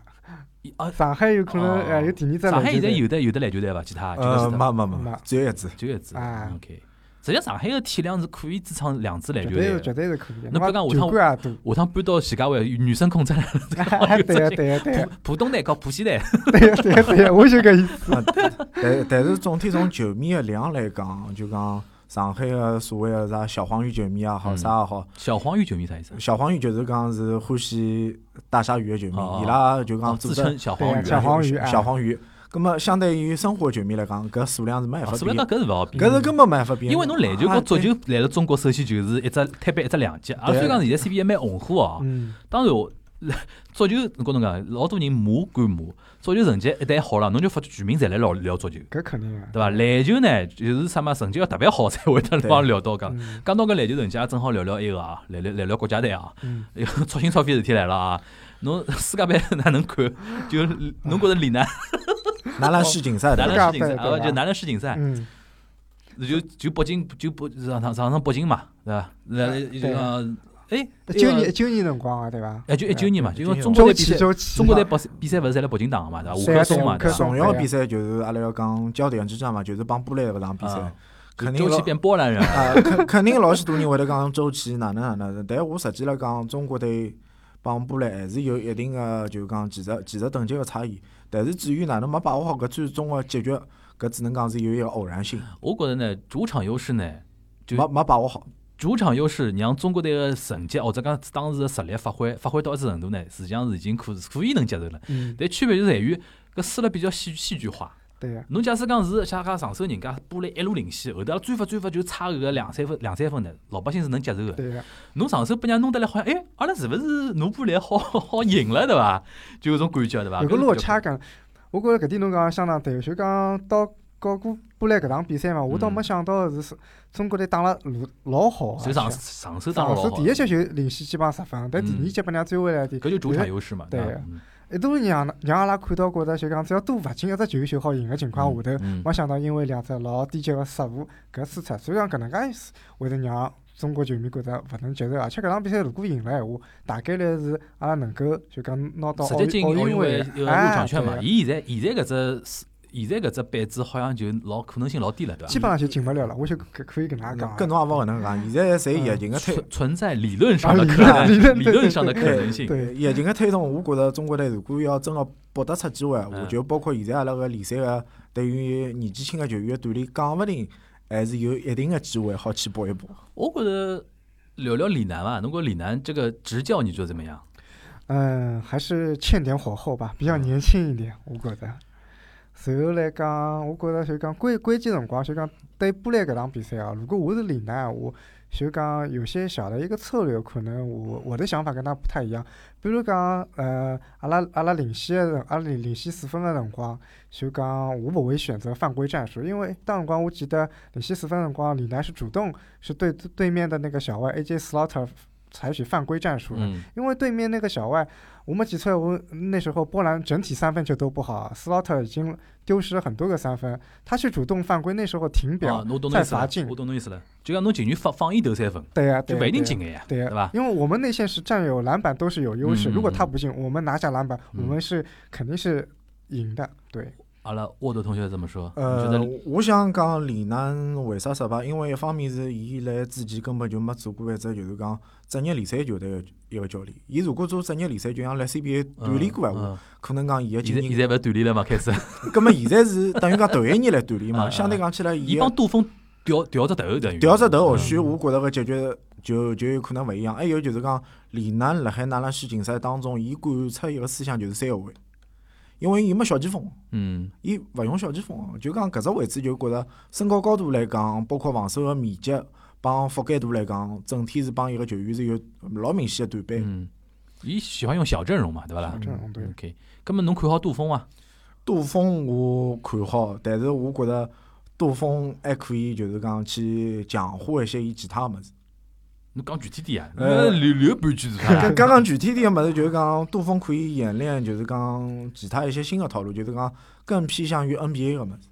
一啊，上海有可能哦呃有第二只上海篮球现在队，有的有的篮球队伐？其他呃，就没啊是没没没，只有一支。就一支。啊 OK，实际上海个体量是可以支撑两支篮绝球对是队绝对的。是可以的。侬侬别讲下球趟馆也多。。下趟搬到徐家汇，女生控制了 哎 对呀个对呀对呀浦东队和浦西队，对啊 呀对呀对呀，我就搿意思。啊， 但但是总体从球迷的量来讲，就讲上海的所谓的啥小黄鱼球迷也好，嗯啥也好，小黄鱼球迷啥意思？小黄鱼就是讲是欢喜大鲨鱼的球哦哦迷，伊拉就哦讲组自织称小黄对啊鱼小啊。黄鱼哎小黄鱼。咁么，相对于生活球迷来讲，搿数量是没办哦法所比以讲的，搿是勿好比。搿是根本没办法比嗯的。因为侬篮球和啊足，球来了中国，首先就是一只摊板一只两极。啊，对虽然讲现在 CBA 蛮红火哦，嗯，当然我足球我跟侬讲，老多人骂归骂，足球成绩一旦好了，侬就发觉全民侪来聊聊足球，搿肯定啊。对伐？篮球呢，就是啥么成绩要特别好才会得对帮聊到讲。嗯讲到搿篮球成绩，也正好聊聊一个啊，聊聊聊聊国家队啊，嗯，哎呦 操心操肺事体来了啊！侬 世界杯哪能看？就侬觉着 李楠男篮世锦赛男的，篮世锦赛世界杯对啊，吧就男篮世锦赛，嗯，就就北京就北上上上上北京嘛，对伐？来就讲哎，九年九年辰光啊，对伐？哎就一九年嘛，就讲中国周队比琦赛，周琦，中国队比赛比赛勿是侪辣北京打个嘛，对伐？对吴啊克对啊松嘛，吴对克伐？松重要比赛就是阿拉要讲焦点之战嘛，就是帮波兰搿场比赛啊，肯定周老琦变波兰人，啊，肯肯定老许多人会得讲周琦哪能哪能，但我实际来讲，中国队帮波兰还是有一定个就讲技术技术等级个差异。但是至于哪能没把握好搿最终个结局，搿只能讲是有一个偶然性，我觉着呢，主场优势呢，就没没把握好。主场优势让中国队个成绩或者讲当时个实力发挥发挥到一定程度呢，实际上是已经可可以能接受了。嗯，但区别就在于搿输了比较戏戏剧化。对啊呀，侬假使讲是像讲上手人家波兰一路领先，后头追发追发就差搿个两三分两三分呢，老百姓是能接受个。对啊呀，侬上手被人家弄得来好像，哎，阿拉是勿是侬波兰好 好赢了对伐？就有种感觉对伐？有个落差搿感。我觉着搿点侬讲相当对，就讲到搞过波兰搿场比赛嘛，我倒嗯没想到是中国队打了老好啊就，就上上手打了上老是好第，一节就领先基本上十分，但第嗯二节被人家追回来的，搿就主场优势嘛。对伐啊嗯一度让让阿拉看到觉着就讲只要多罚进一只球就好赢个情况下头，嗯没想到因为两只老低级个失误搿输出，所以讲搿能介是会得让中国球迷觉着勿能接受，而且搿场比赛如果赢了闲话，大概率是阿拉能够就讲拿到直奥接运进奥运运会会呃入哎场券嘛。对伊现在现在搿只现在搿只板子好像就老可能性老低了，对伐基？本上就进勿了了，我就可可以搿能介讲啊搿了。侬也勿搿能讲，现在随嗯疫情个推存存在理论上的啊理可论能，理论理对论对上的可对能性。对，疫情个推动，我觉着中国队如果要真个搏得出机会，嗯我就包括现在阿拉个联赛个对于年纪轻个球员个锻炼，讲勿定还是有一定个机会好去搏一搏。我觉得聊聊李楠吧，如果李楠这个执教你觉得怎么样？嗯，还是欠点火候吧，比较年轻一点，我觉着。随后来讲，我觉着就讲关关键辰光，就讲对波兰搿场比赛啊，如果我是李楠闲话，就讲有些小的一个策略，可能我我的想法跟他不太一样。比如讲，呃，阿拉阿拉领先的辰，阿拉领领先四分的辰光，就讲我不会选择犯规战术，因为当辰光我记得领先四分的辰光，李楠是主动是对对面的那个小外 AJ Slaughter 采取犯规战术的，嗯因为对面那个小外，我们几测，我那时候波兰整体三分球都不好，Slaughter 啊已经丢失了很多个三分，他去主动犯规，那时候停表，啊，侬懂侬再意思罚了进，我懂侬意思了，就讲侬情愿放放一投三分，对呀、对就呀勿一对定呀进个呀，对呀、对吧因为我们内线是占有篮板都是有优势，嗯如果嗯他不进，我们拿下篮板，嗯我们是肯定是赢的。对，阿拉沃德同学怎么说？你觉呃得，我想讲李楠为啥失败？因为一方面是伊来之前根本就没做过一只就是讲职业联赛球队的一个教练。伊如果做职业联赛，就像来 CBA 锻炼过闲话，嗯可能讲伊个嗯经现在现验。在勿是锻炼了嘛？开 始，葛么现在是等于讲头一年来锻 炼嗯嗯嘛，相对讲起来，伊伊个帮杜锋调调只头等于调只头，或嗯许我觉着个解决就就有可能勿一样。还有就是讲，李楠辣海那拉西竞赛当中，伊贯彻一个思想就是三后卫，因为伊没小前锋。嗯伊勿用小前锋，就讲搿只位置就觉着身高高度来讲，包括防守个面积帮覆盖度来讲，整体是帮一个球员是有老明显个短板。嗯，伊喜欢用小阵容嘛，对伐啦小阵容对？OK，葛么侬看好杜啊锋伐？杜锋我看好，但是我觉着杜锋还可以，就是讲去强化一些伊其他物事。侬讲具体点啊，呃侬留留半句是啥搿啦？ 刚刚具体点个物事就是讲，杜锋可以演练，就是讲其他一些新个套路，就是讲更偏向于 NBA 个物事。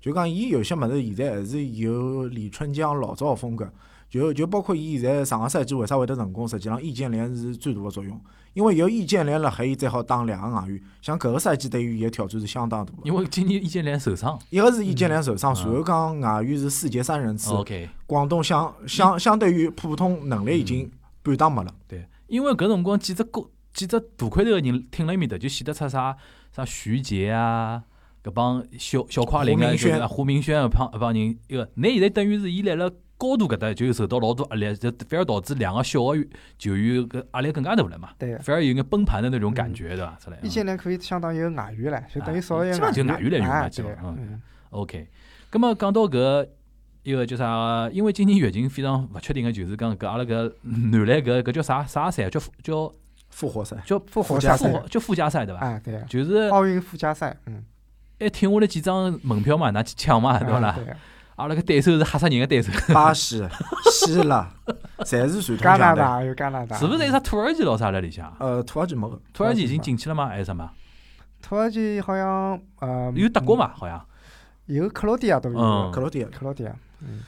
就讲伊有些物事现在还是有李春江老早个风格，就就包括伊现在上个赛季为啥会得成功，实际上易建联是最大个作用，因为有易建联辣海，伊才好打两个外援。像搿个赛季对于伊个挑战是相当大个，因为今年易建联受伤一个是易建联受伤，嗯随后讲外援是世界三人次， ，OK，广东相相相对于普通能力已经半打没了。对，因为搿辰光几只高几只大块头个人听了埃面搭，就显得出啥啥徐杰啊，搿帮小小快灵胡啊，明轩就是胡明轩啊，帮搿帮人一个，那现在等于是伊来了高度搿搭就受到老大压力，就反而导致两个小个球员搿压力更加大了嘛，对呀、反而有眼崩盘的那种嗯感觉，对伐？出来。嗯易建联可以相当于有外援唻，就等于少了一啊个基本上就外援来用嘛哎基对本上，嗯 OK，咁么讲到搿一个叫啥？因为今年疫情非常勿确定个，就是讲搿阿拉搿男篮搿搿叫啥啥赛？啊叫附叫复活赛。叫复活附赛加附叫附加赛对伐？哎对呀，就是哎奥运附加赛， 嗯，还挺下来几张门票嘛，拿去抢嘛，对伐啊啦对？呀，阿拉搿对手是吓死人个对手， 巴西、希腊，侪是传统加拿强队。大有加拿大，嗯是勿是有啥土耳其老啥辣里啊向？呃，土耳其没个，土耳其已经进去了吗？还是什么？土耳其好像呃有德国嘛？好像有克罗地亚都有，嗯克罗地亚。克罗地亚，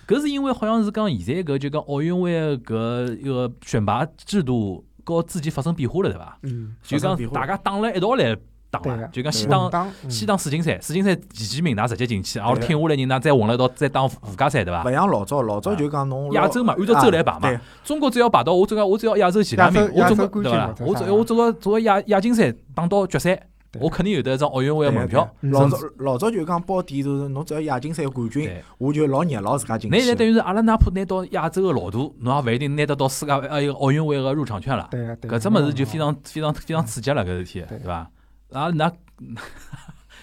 搿是因为好像是讲现在搿就讲奥运会的搿一个选拔制度和之前发生变化了，对伐？嗯，就发生讲变化大家打了一道来打对嗯嘛，个就讲先对打当当先打世锦赛，世锦赛前几名㑚直接进去，然后对挺下来人㑚再混了一道再打附加赛，对伐勿？像老早，老早就讲侬啊亚洲嘛按照周来排摆嘛中国只要排到我只要我只要亚洲前两名，亚洲我亚总洲归冠对军伐嘛？这我啥只我只要只要亚亚锦赛打到决赛，对我肯定有得一张奥运会对的对门票。嗯老早老早就讲包底就是侬只要亚锦赛冠军，对，我就老热闹自家进那现在等去。于是阿拉哪怕拿到亚洲的老大，侬也勿一定拿得到世界呃一个奥运会的入场券了。对呀啊对呀，搿只物事就非常非常非常刺激了，搿事体对对伐？啊，那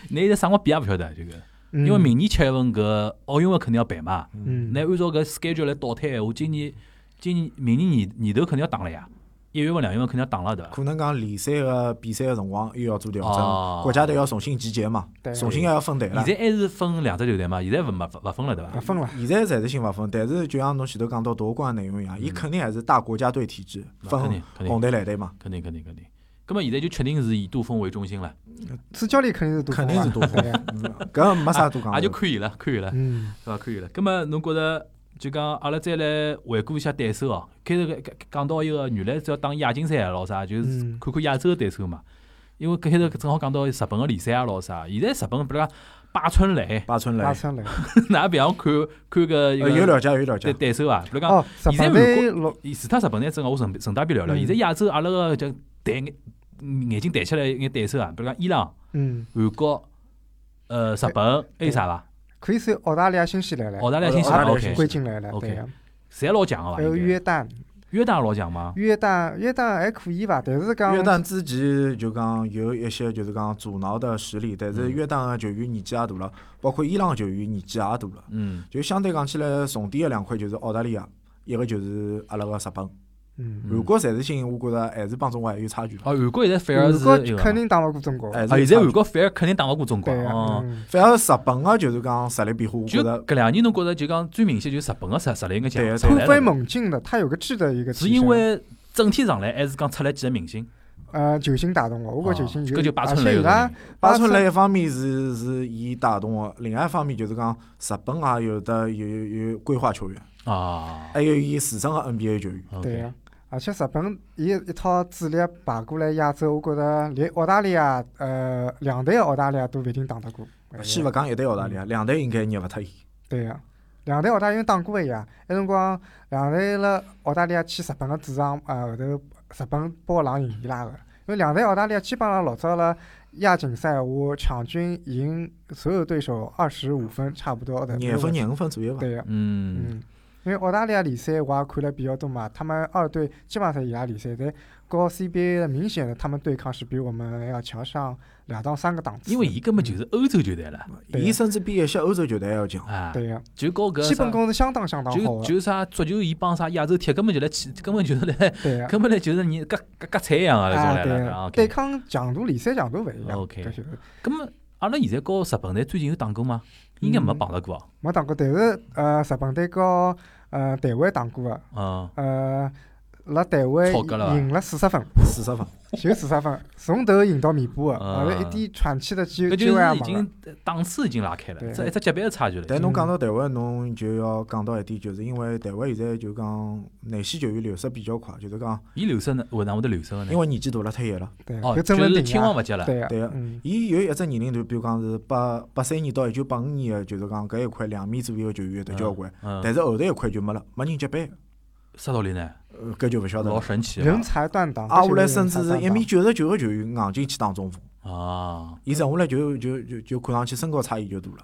那现在啥辰光比也勿晓得，这个。嗯，因为明年七月份搿奥运会肯定要办嘛，嗯，那按照搿 schedule 来倒推闲话，今年今年明年年年头肯定要打了呀，一月份、两月份肯定要打了，对伐？可能讲联赛个比赛个辰光又要做调哦整，国家队要重新集结嘛，对重新还要分队了现。在还是分两只球队嘛，现在勿没勿分了，对伐啊？分了，现在暂时性勿分，但是就像侬前头讲到夺冠内容一样，伊肯定还是大国家队体制，那嗯肯分定肯定红队蓝队嘛，肯定肯定肯定。葛末现在就确定是以杜锋为中心了，主教练肯定是杜肯定是杜多分， 嗯搿没啥多也讲的啊就。看伊了，看伊了，啊嗯，对伐？看伊了。葛末侬觉着就讲阿拉再来回顾一下对手哦，开头搿搿讲到一个原来只要打亚锦赛啊老啥，就是嗯看看亚洲的对手嘛。因为搿开头正好讲到日本个联赛啊老啥，现在日本比如讲八村垒，八村拉垒，上来， 哪别样看看个一呃个有了解有了对解。对手啊，比如讲，哦，日现在本如队老伊除脱日本呢，正好我顺顺带便聊聊。嗯现在亚洲阿拉个叫抬眼眼睛抬起来一眼对手啊，比如讲伊朗、嗯，韩国、哎呃日本，还有啥伐？可以是澳大利亚、新西兰来，澳大利亚、新西澳兰大利亚，OK，归进来了， OK 对呀，侪老强个伐？还有应该约旦，约旦老强吗？约旦约旦还可以吧，但是讲约旦之前就讲有一些就是讲阻挠的实力，但是啊嗯约旦个球员年纪也大了，包括伊朗球员年纪也大了，嗯就相对讲起来重点个两块就是澳大利亚，一个就是阿拉个日本。嗯，嗯韩国暂时性我觉着还是帮中国还有差距，哦，韩国现在反而韩是国一个肯定打不过中国，还啊，是有现在差距韩国反而肯定打勿过中国对呀，哦。嗯反而日本个就是讲实力变化，我就觉着搿两年，侬觉着就讲最明显就是日本个实实力应该强对，啊才对啊来突了飞猛进的，它有个质的一个提是升，因为整体上来还是讲出来几个明星，呃，球星打动我，我觉啊得球星有，搿就巴而春且伊来拉了。巴巴春春来一方面是是伊带动个，另外一方面就是讲日本啊也有的有有有规划球员，啊，还有伊自身个 NBA 球员。对啊 OK，呀、而且日本伊一套主力排过来亚洲，我觉着连澳大利亚，呃，两队的澳大利亚都不一定打得过。啊哎哎先勿讲一队澳大利亚，两队应该捏勿脱伊。对呀、两队澳大利亚打过一呀，那辰光两队辣澳大利亚去日本个主场，啊后头日本包狼赢伊拉个，因为两队澳大利亚基本上老早辣亚锦赛话场均赢所有对手二十五分差不多的。廿分、廿五分左右伐。对呀、嗯，嗯，因为澳大利亚联赛我也看了比较多嘛，他们二队基本上是伊拉联赛，但和 CBA 的明显的他们对抗是比我们要强上两到三个档次。因为伊根本就是欧洲球队了对伊甚至比一些欧洲球队还要强。啊，对呀、就搞搿基本啥。功是相当相当好就的。就啥足球，伊帮啥亚洲踢，根本就来起，根 本就是来，对呀、根本来就是你割割割菜一样啊，来啊，种对来了呀，啊。对 OK，抗强度、联赛强度勿一样。 OK 搿就是咁么阿拉现在和日本队最近有打过吗？应该没嗯碰到过哦没打过，但是呃，日本队和呃台湾打过个，嗯。呃，辣台湾错过了吧赢了四十分，四十分，就四十分，从头赢到尾巴个，啊后头一点喘气的机搿机就会也是没了。已经呃档次已经拉开了，对这一只级别的差距了。但侬讲到台湾，侬就要讲到一点，就是因为台湾现在就讲内线球员流失比较快，就是讲伊流失呢，为哪会得流失个呢因？为年纪大了，退役了。对，哦，搿就真问是顶天王啊。勿接了。对呀，对啊嗯，伊有一只年龄段，比如讲是八八三年到一九八五年个，就是讲搿一块两米左右个球员有得交关，嗯，但是后头一块就没了，没人接班，啥道理呢？呃搿就勿晓得老了。神奇啊了人才断档。阿这下来些人啊甚才至是断一档米九十九个球员硬进去打中锋，啊！伊剩下来就就就就看上去身高差异就大了。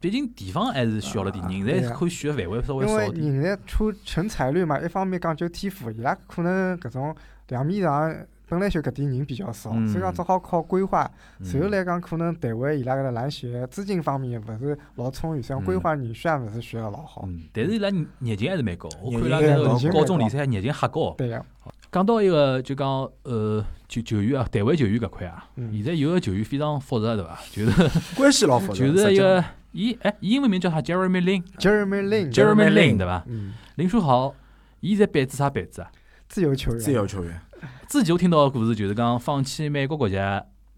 毕竟地方还是小了点，啊人对才呀可选的范围稍微因为少点。人才出成才率嘛，一方面讲究天赋，伊拉可能搿种两米以上本来就搿点人比较少，嗯所以讲只好靠规划。随后嗯来讲，可能台湾伊拉搿个篮协资金方面勿是老充裕，所以讲嗯规划人选勿是选得老好。嗯，但是伊拉热热情还是蛮高，我看伊拉热情那热个情高蛮中高联赛热情瞎高。对呀，讲到一个就讲呃球球员啊，台湾球员搿块啊，嗯现在有个球员非常复杂对 伐？就是关系老复杂，就是一实际上个伊哎，伊英文名叫啥？Jeremy，Jeremy Lin，Jeremy Lin， Jeremy Lin Lin 对伐？嗯，林书豪，伊现在板子啥板子啊？自由球自员，由球员，之前我听到个故事就是讲放弃美国国籍，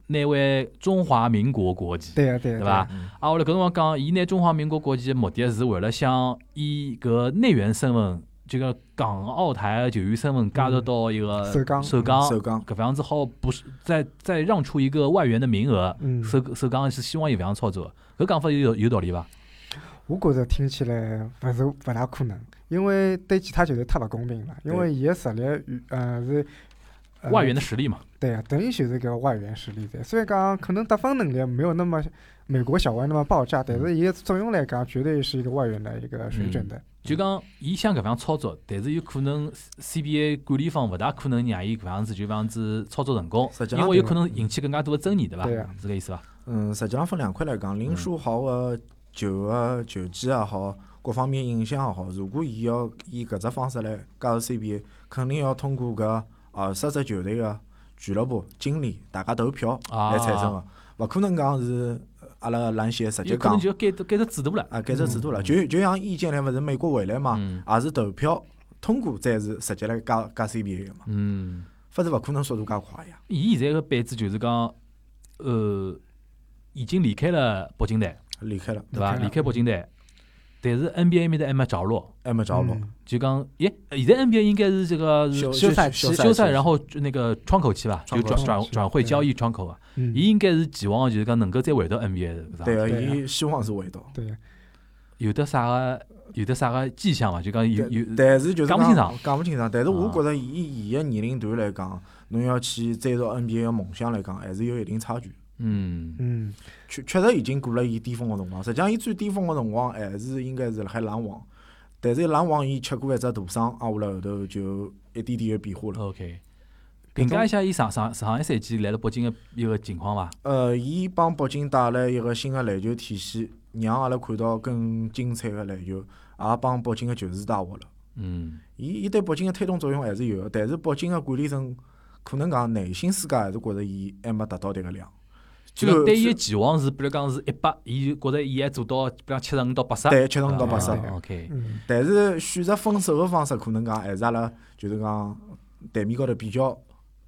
拿回中华民国国籍。对呀，对呀，对伐嗯？啊，我来搿辰光讲，伊拿中华民国国籍的目的是为了想以搿内援身份，就讲港澳台的球员身份加入到一个嗯首钢首钢，首钢搿样子好不是再再让出一个外援的名额。嗯，首首钢是希望有搿样操作，搿讲法有有道理伐？我觉着听起来勿是勿大可能，因为对其他球队太勿公平了，因为伊 E 个实力与呃是呃外援的实力嘛，对啊，等于就是个外援实力在。虽然讲可能得分能力没有那么美国小外那么爆炸，但嗯是伊个作用来讲，绝对是一个外援的一个水准的。就讲伊想搿样操作，但是有可能 C- CBA 管理方勿大可能让伊搿样子就搿样子操作成功实，际上因为有可能引起更加多的争议，对伐？嗯对啊是搿意思伐？嗯，实际上分两块来嗯讲，林书豪个球个球技也啊好，各方面影响也好，如果伊要以搿只方式来加入 CBA，肯定要通过搿二十只球队个俱乐部、经理大家投票啊来产生个，勿可能讲是呃阿拉篮协直接有可能讲就要改改只制度了。啊，改只制度了。就就像易建联勿是美国回来嘛嗯，也是投票通过才是直接来加加 CBA 个嘛，嗯，否则勿可能速度介快呀。伊现在个板子就是讲，呃，已经离开了北京队，离开了，对伐？离开了离开北京队，但是 NBA 面头还没着落，还没着落。嗯就讲，耶，现在 NBA 应该是这个是休休赛休期休赛，期然后就那个窗口期吧，就窗口转期转转会交易窗口啊，嗯，伊应该是期望就是讲能够再回到 NBA 的，是吧对个，对啊伊希望是回到。对啊，有的啥个有的啥个迹象伐？就讲有有但是就是讲不清讲爽讲勿清爽，但是我啊觉着以伊个年龄段来讲，侬要去追逐 NBA 个梦想来讲，还是有一定差距。嗯嗯，确确实已经过了伊巅峰个辰光，实际上伊最巅峰个辰光还是应该是辣海篮网，但是篮网伊吃过一只大伤，挨下来后头就一点点个变化了。 ，OK，评价一下伊上上上一赛季来了北京的一个情况伐？呃，伊帮北京带来一个新个篮球体系，让阿拉看到更精彩个篮球，也帮北京个球市带活了。嗯伊伊对北京个推动作用还是有个，但是北京个管理层可能讲内心世界还是觉着伊还没达到迭个量。就最后讲对伊最个期望是，比如讲是一百，伊就觉着伊还做到，比如讲七十五到八十，啊对七十五到八80十对， OK，嗯，但是选择分手个方式可能讲还是阿拉就是讲台面高头比较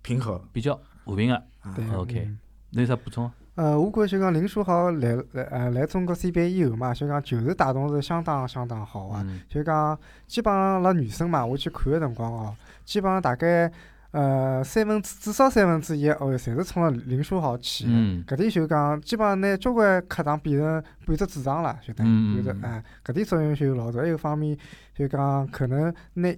平和。比较和平个。啊对，OK 嗯侬有啥补充啊？呃，我觉着就讲林书豪来来呃来中国 CBA 以后嘛，就讲球队带动是相当相当好啊。嗯就讲基本上辣女生嘛，我去看个辰光哦，基本上大概呃三分之至少三分之一的哦，侪是冲着林书豪去的。嗯搿点就讲，基本上拿交关客场变成半只主场了，就等嗯于有的嗯嗯哎，搿点作用就老大。还有方面就讲，可能拿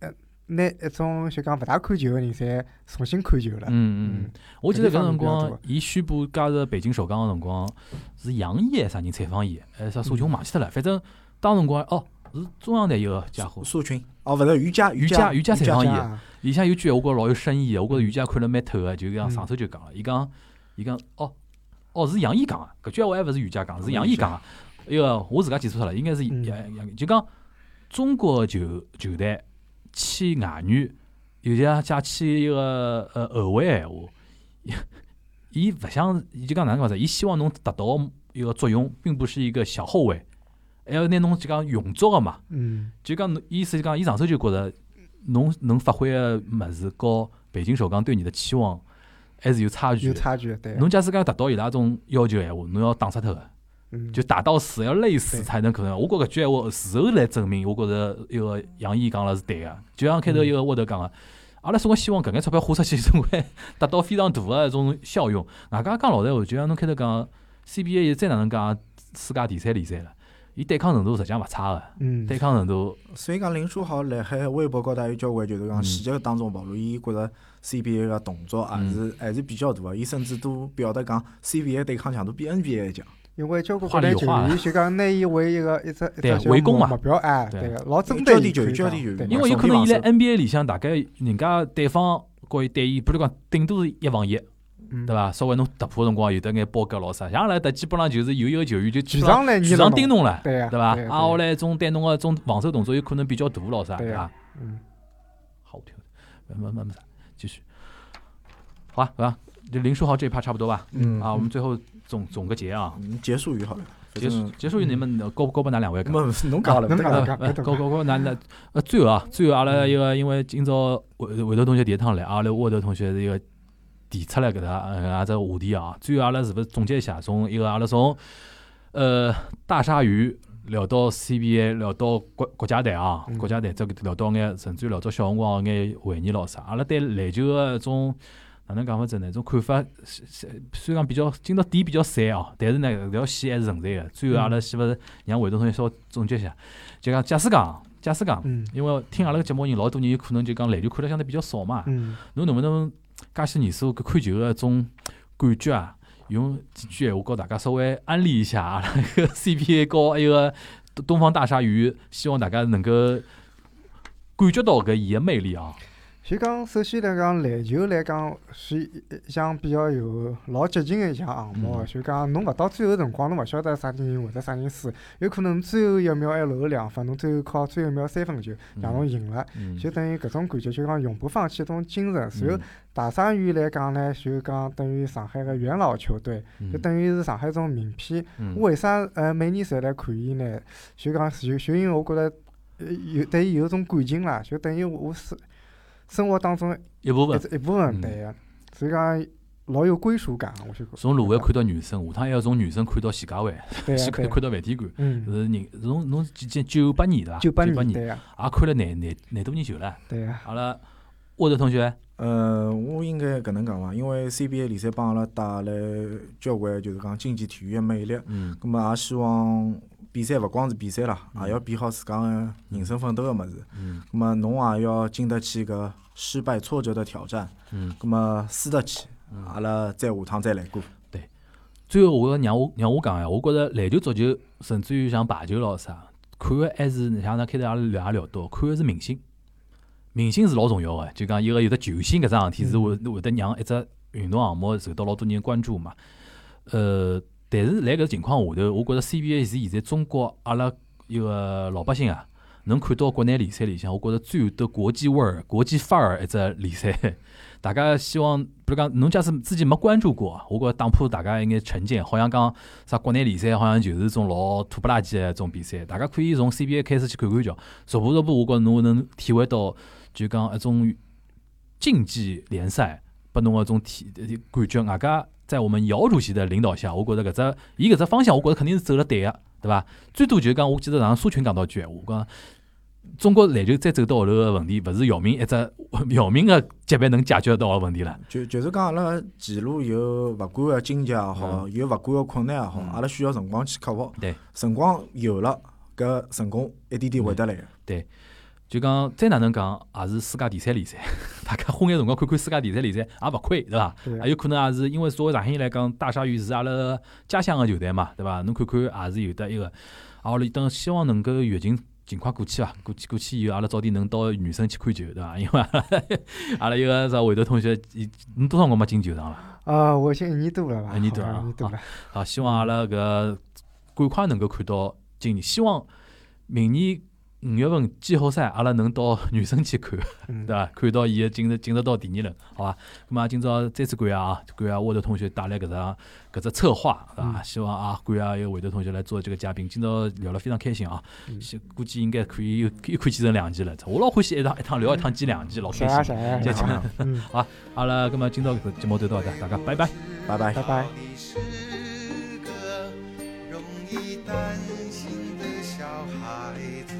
呃拿一种就讲勿大看球个人，侪重新看球了。嗯嗯，我记得搿搿辰地方比较光多，伊宣布加入北京首钢个辰光，是杨毅还是啥人采访伊？还啥苏琼忘记脱了，反正当辰光哦，是中央台有个家伙，社群哦，勿是瑜伽，瑜伽伽，瑜伽瑜才好伽伊啊里向有句闲话，我觉着老有深意的，我觉着瑜伽看了蛮透个，啊就讲嗯上手就讲了，伊讲伊讲哦哦是杨毅讲个，搿句闲话还勿是瑜伽讲，是杨毅讲个。哎个我自家记错脱了，应该是嗯杨杨毅，就讲中国球球队签外援，有些假签一个呃后卫个闲话， 伊勿想，伊就讲哪能讲法子，伊希望侬达到的一个作用，并不是一个小后卫，还要拿侬就讲用足个嘛。嗯就讲侬意思就讲，伊上手就觉着侬能发挥个物事，和北京首钢对你的期望还是有差距有的。差距，对。侬假使讲达到伊拉种要求闲话，侬要打死脱个，嗯就打到死，要累死对才能可能。我觉着搿句闲话事后来证明，我觉着一个杨毅讲了是对个。就像开嗯头一个沃德讲个，阿拉总归希望搿眼钞票花出去，总归 达到非常大个一种效用。外加讲老实闲话，就像侬开头讲，CBA 现在哪能讲世界第三联赛了，伊对抗程度实际上勿差个，嗯对抗程度所以讲林书豪辣海微博高头也有交关，就是讲嗯细节当中暴露，伊觉着 CBA 个动作还是还是比较大个，伊甚至都表达讲 CBA 对抗强度比 NBA 还强。因为交关国话里内有球话员就讲拿伊为一 个一只一对啊只就围攻嘛目标哎，对啊对个，老针有对焦点伊球可以焦讲点球对员因嘛为有可能伊来 NBA 里向，大概人家对方告伊对伊，比如讲顶多是一防一，嗯对伐？稍微侬突破的辰光有得眼包夹咯啥，像来搭基本上就是有一个球员就举基本上上来你全场盯侬，侬了，对呀，对伐？呀啊，后，来种对侬个种防守动作有可能比较大咯啥，对对呀伐？嗯好，我听，没没没啥，继续。好啊，好啊，就林书豪这一趴差不多吧。嗯啊，我们最后总总个结啊，嗯结束语好了，反结束正结束于你们高高拨哪两位讲？没 侬讲了，侬侬讲讲了了。呃呃高高高，那那呃，最后啊，最后阿拉一个，因为今朝韦韦德同学第一趟来，阿拉沃德同学是一个提出来搿搭呃啊只话题啊，最后阿拉是勿是总结一下，从一个阿拉从呃大鲨鱼聊到 CBA，聊到国国家队啊，嗯国家队再聊到眼，甚至于聊到小辰光眼回忆咯啥，阿拉对篮球个一种。哪能讲法子呢？一种看法是是虽然讲比较今朝底比较散哦，但是呢，搿条线还是存在个。最后阿拉先勿是让韦德同学稍微总结一下，就讲假使讲，假使讲，嗯因为听阿拉个节目的人老多人有可能就讲篮球看了相对比较少嘛，嗯侬能不能介些年数搿看球个一种感觉啊，用几句闲话告大家稍微安利一下阿拉搿 CBA 和埃个东东方大鲨鱼，希望大家能够感觉到搿伊个魅力啊。就讲，首先来讲，篮球来讲是一一项比较有老激进的一项项目。嗯就讲，侬勿到最后辰光，侬勿晓得啥人赢或者啥人输，有可能最后一秒还落后两分，侬最后靠最后一秒三分球让侬赢了，嗯，就等于搿种感觉，就讲永不放弃一种精神。随后嗯，大鲨鱼来讲呢，就讲等于上海个元老球队，嗯就等于是上海种名片。嗯为啥呃每年侪来看伊呢？就讲就就因为我觉着呃有对伊有种感情啦，就等于我我生生活当中一部一分只一部分嗯对个，所以讲老有归属感，我就觉从卢湾看到女生，下趟还要从女生看到徐家汇，对 去个对啊看个，看到饭店馆。 嗯，是人，侬侬几几九八年对伐？九八年，年对个也看了廿廿廿多年球了。对啊个，阿拉沃德同学，呃，我应该搿能讲伐，因为 CBA 联赛帮阿拉带来交关就是讲竞技体育个魅力。嗯咁么也希望比赛勿光是比赛啦，也要比好自家个人生奋斗个物事。嗯咁么侬也要经得起搿失败挫折的挑战，嗯，咁么输得起，阿拉再下趟再来过。最后我要让我让我讲呀，我觉着篮球、足球，甚至于像排球咯啥，啊看个还是像咱开头阿拉聊也聊到，看个是明星，明星是老重要个。就讲一个有得球星搿桩事体是会会得让一只运动项目受到老多人关注嘛。呃，但是辣搿情况下头，我觉着 CBA 是现在中国阿拉一个老百姓啊，能看到国内联赛里向，我觉着最有得国际味儿、国际范儿一只联赛。大家希望，比如讲，侬假使自己没关注过啊，我觉着打破大家一眼成见，好像讲啥国内联赛，好像就是种老土不拉几的一种比赛。大家可以从 CBA 开始去看看瞧，逐步逐步，我觉着侬能体会到，就讲一种竞技联赛拨侬个种体呃感觉，外加在我们姚主席的领导下，我觉着搿只伊搿只方向，我觉着肯定是走了对个，对伐？最多就是讲，我记得上苏群讲到一句闲话，讲中国篮球再走到后头个问题，勿是姚明一只 姚明个级别能解决得到个问题了。就就是讲阿拉前路有勿管个荆棘也好，有勿管个困难也好嗯，阿拉需要辰光去克服。对，辰光有了，搿成功一点点会得来的。就讲再哪能讲，也是世界第三联赛， 大家花眼辰光看看世界第三联赛也勿亏，对伐？对啊也有可能也是因为作为上海人来讲，大鲨鱼是阿拉个家乡个球队嘛，对伐？侬看看也是有得一个，啊，阿拉等希望能够疫情尽快过去伐？过去过去以后，阿拉早点能到女生去看球，对伐？ 因为阿拉阿拉一个啥回头同学，伊侬多少辰光没进球场了？啊，我已经一年多了吧，哎一年多好了像一年多了。啊，希望阿拉搿赶快能够看到今年，希望明年五月份季后赛阿拉能到女生去看。嗯对，伐？看到伊个进入进入到第二轮，好伐？咁么今朝再次感谢啊，感谢沃德同学带来搿只搿只策划，对伐？嗯希望啊，感谢有韦德同学来做这个嘉宾，今朝聊了非常开心啊，嗯是估计应该可以又又可以剪成两期了。我老欢喜一趟一趟聊一趟剪两期，老谢开谢心。谢谢，谢再见谢，嗯，好了，咁么今朝搿节目就到这，大家拜拜。拜拜。拜拜到。底是个容易担心的小孩子。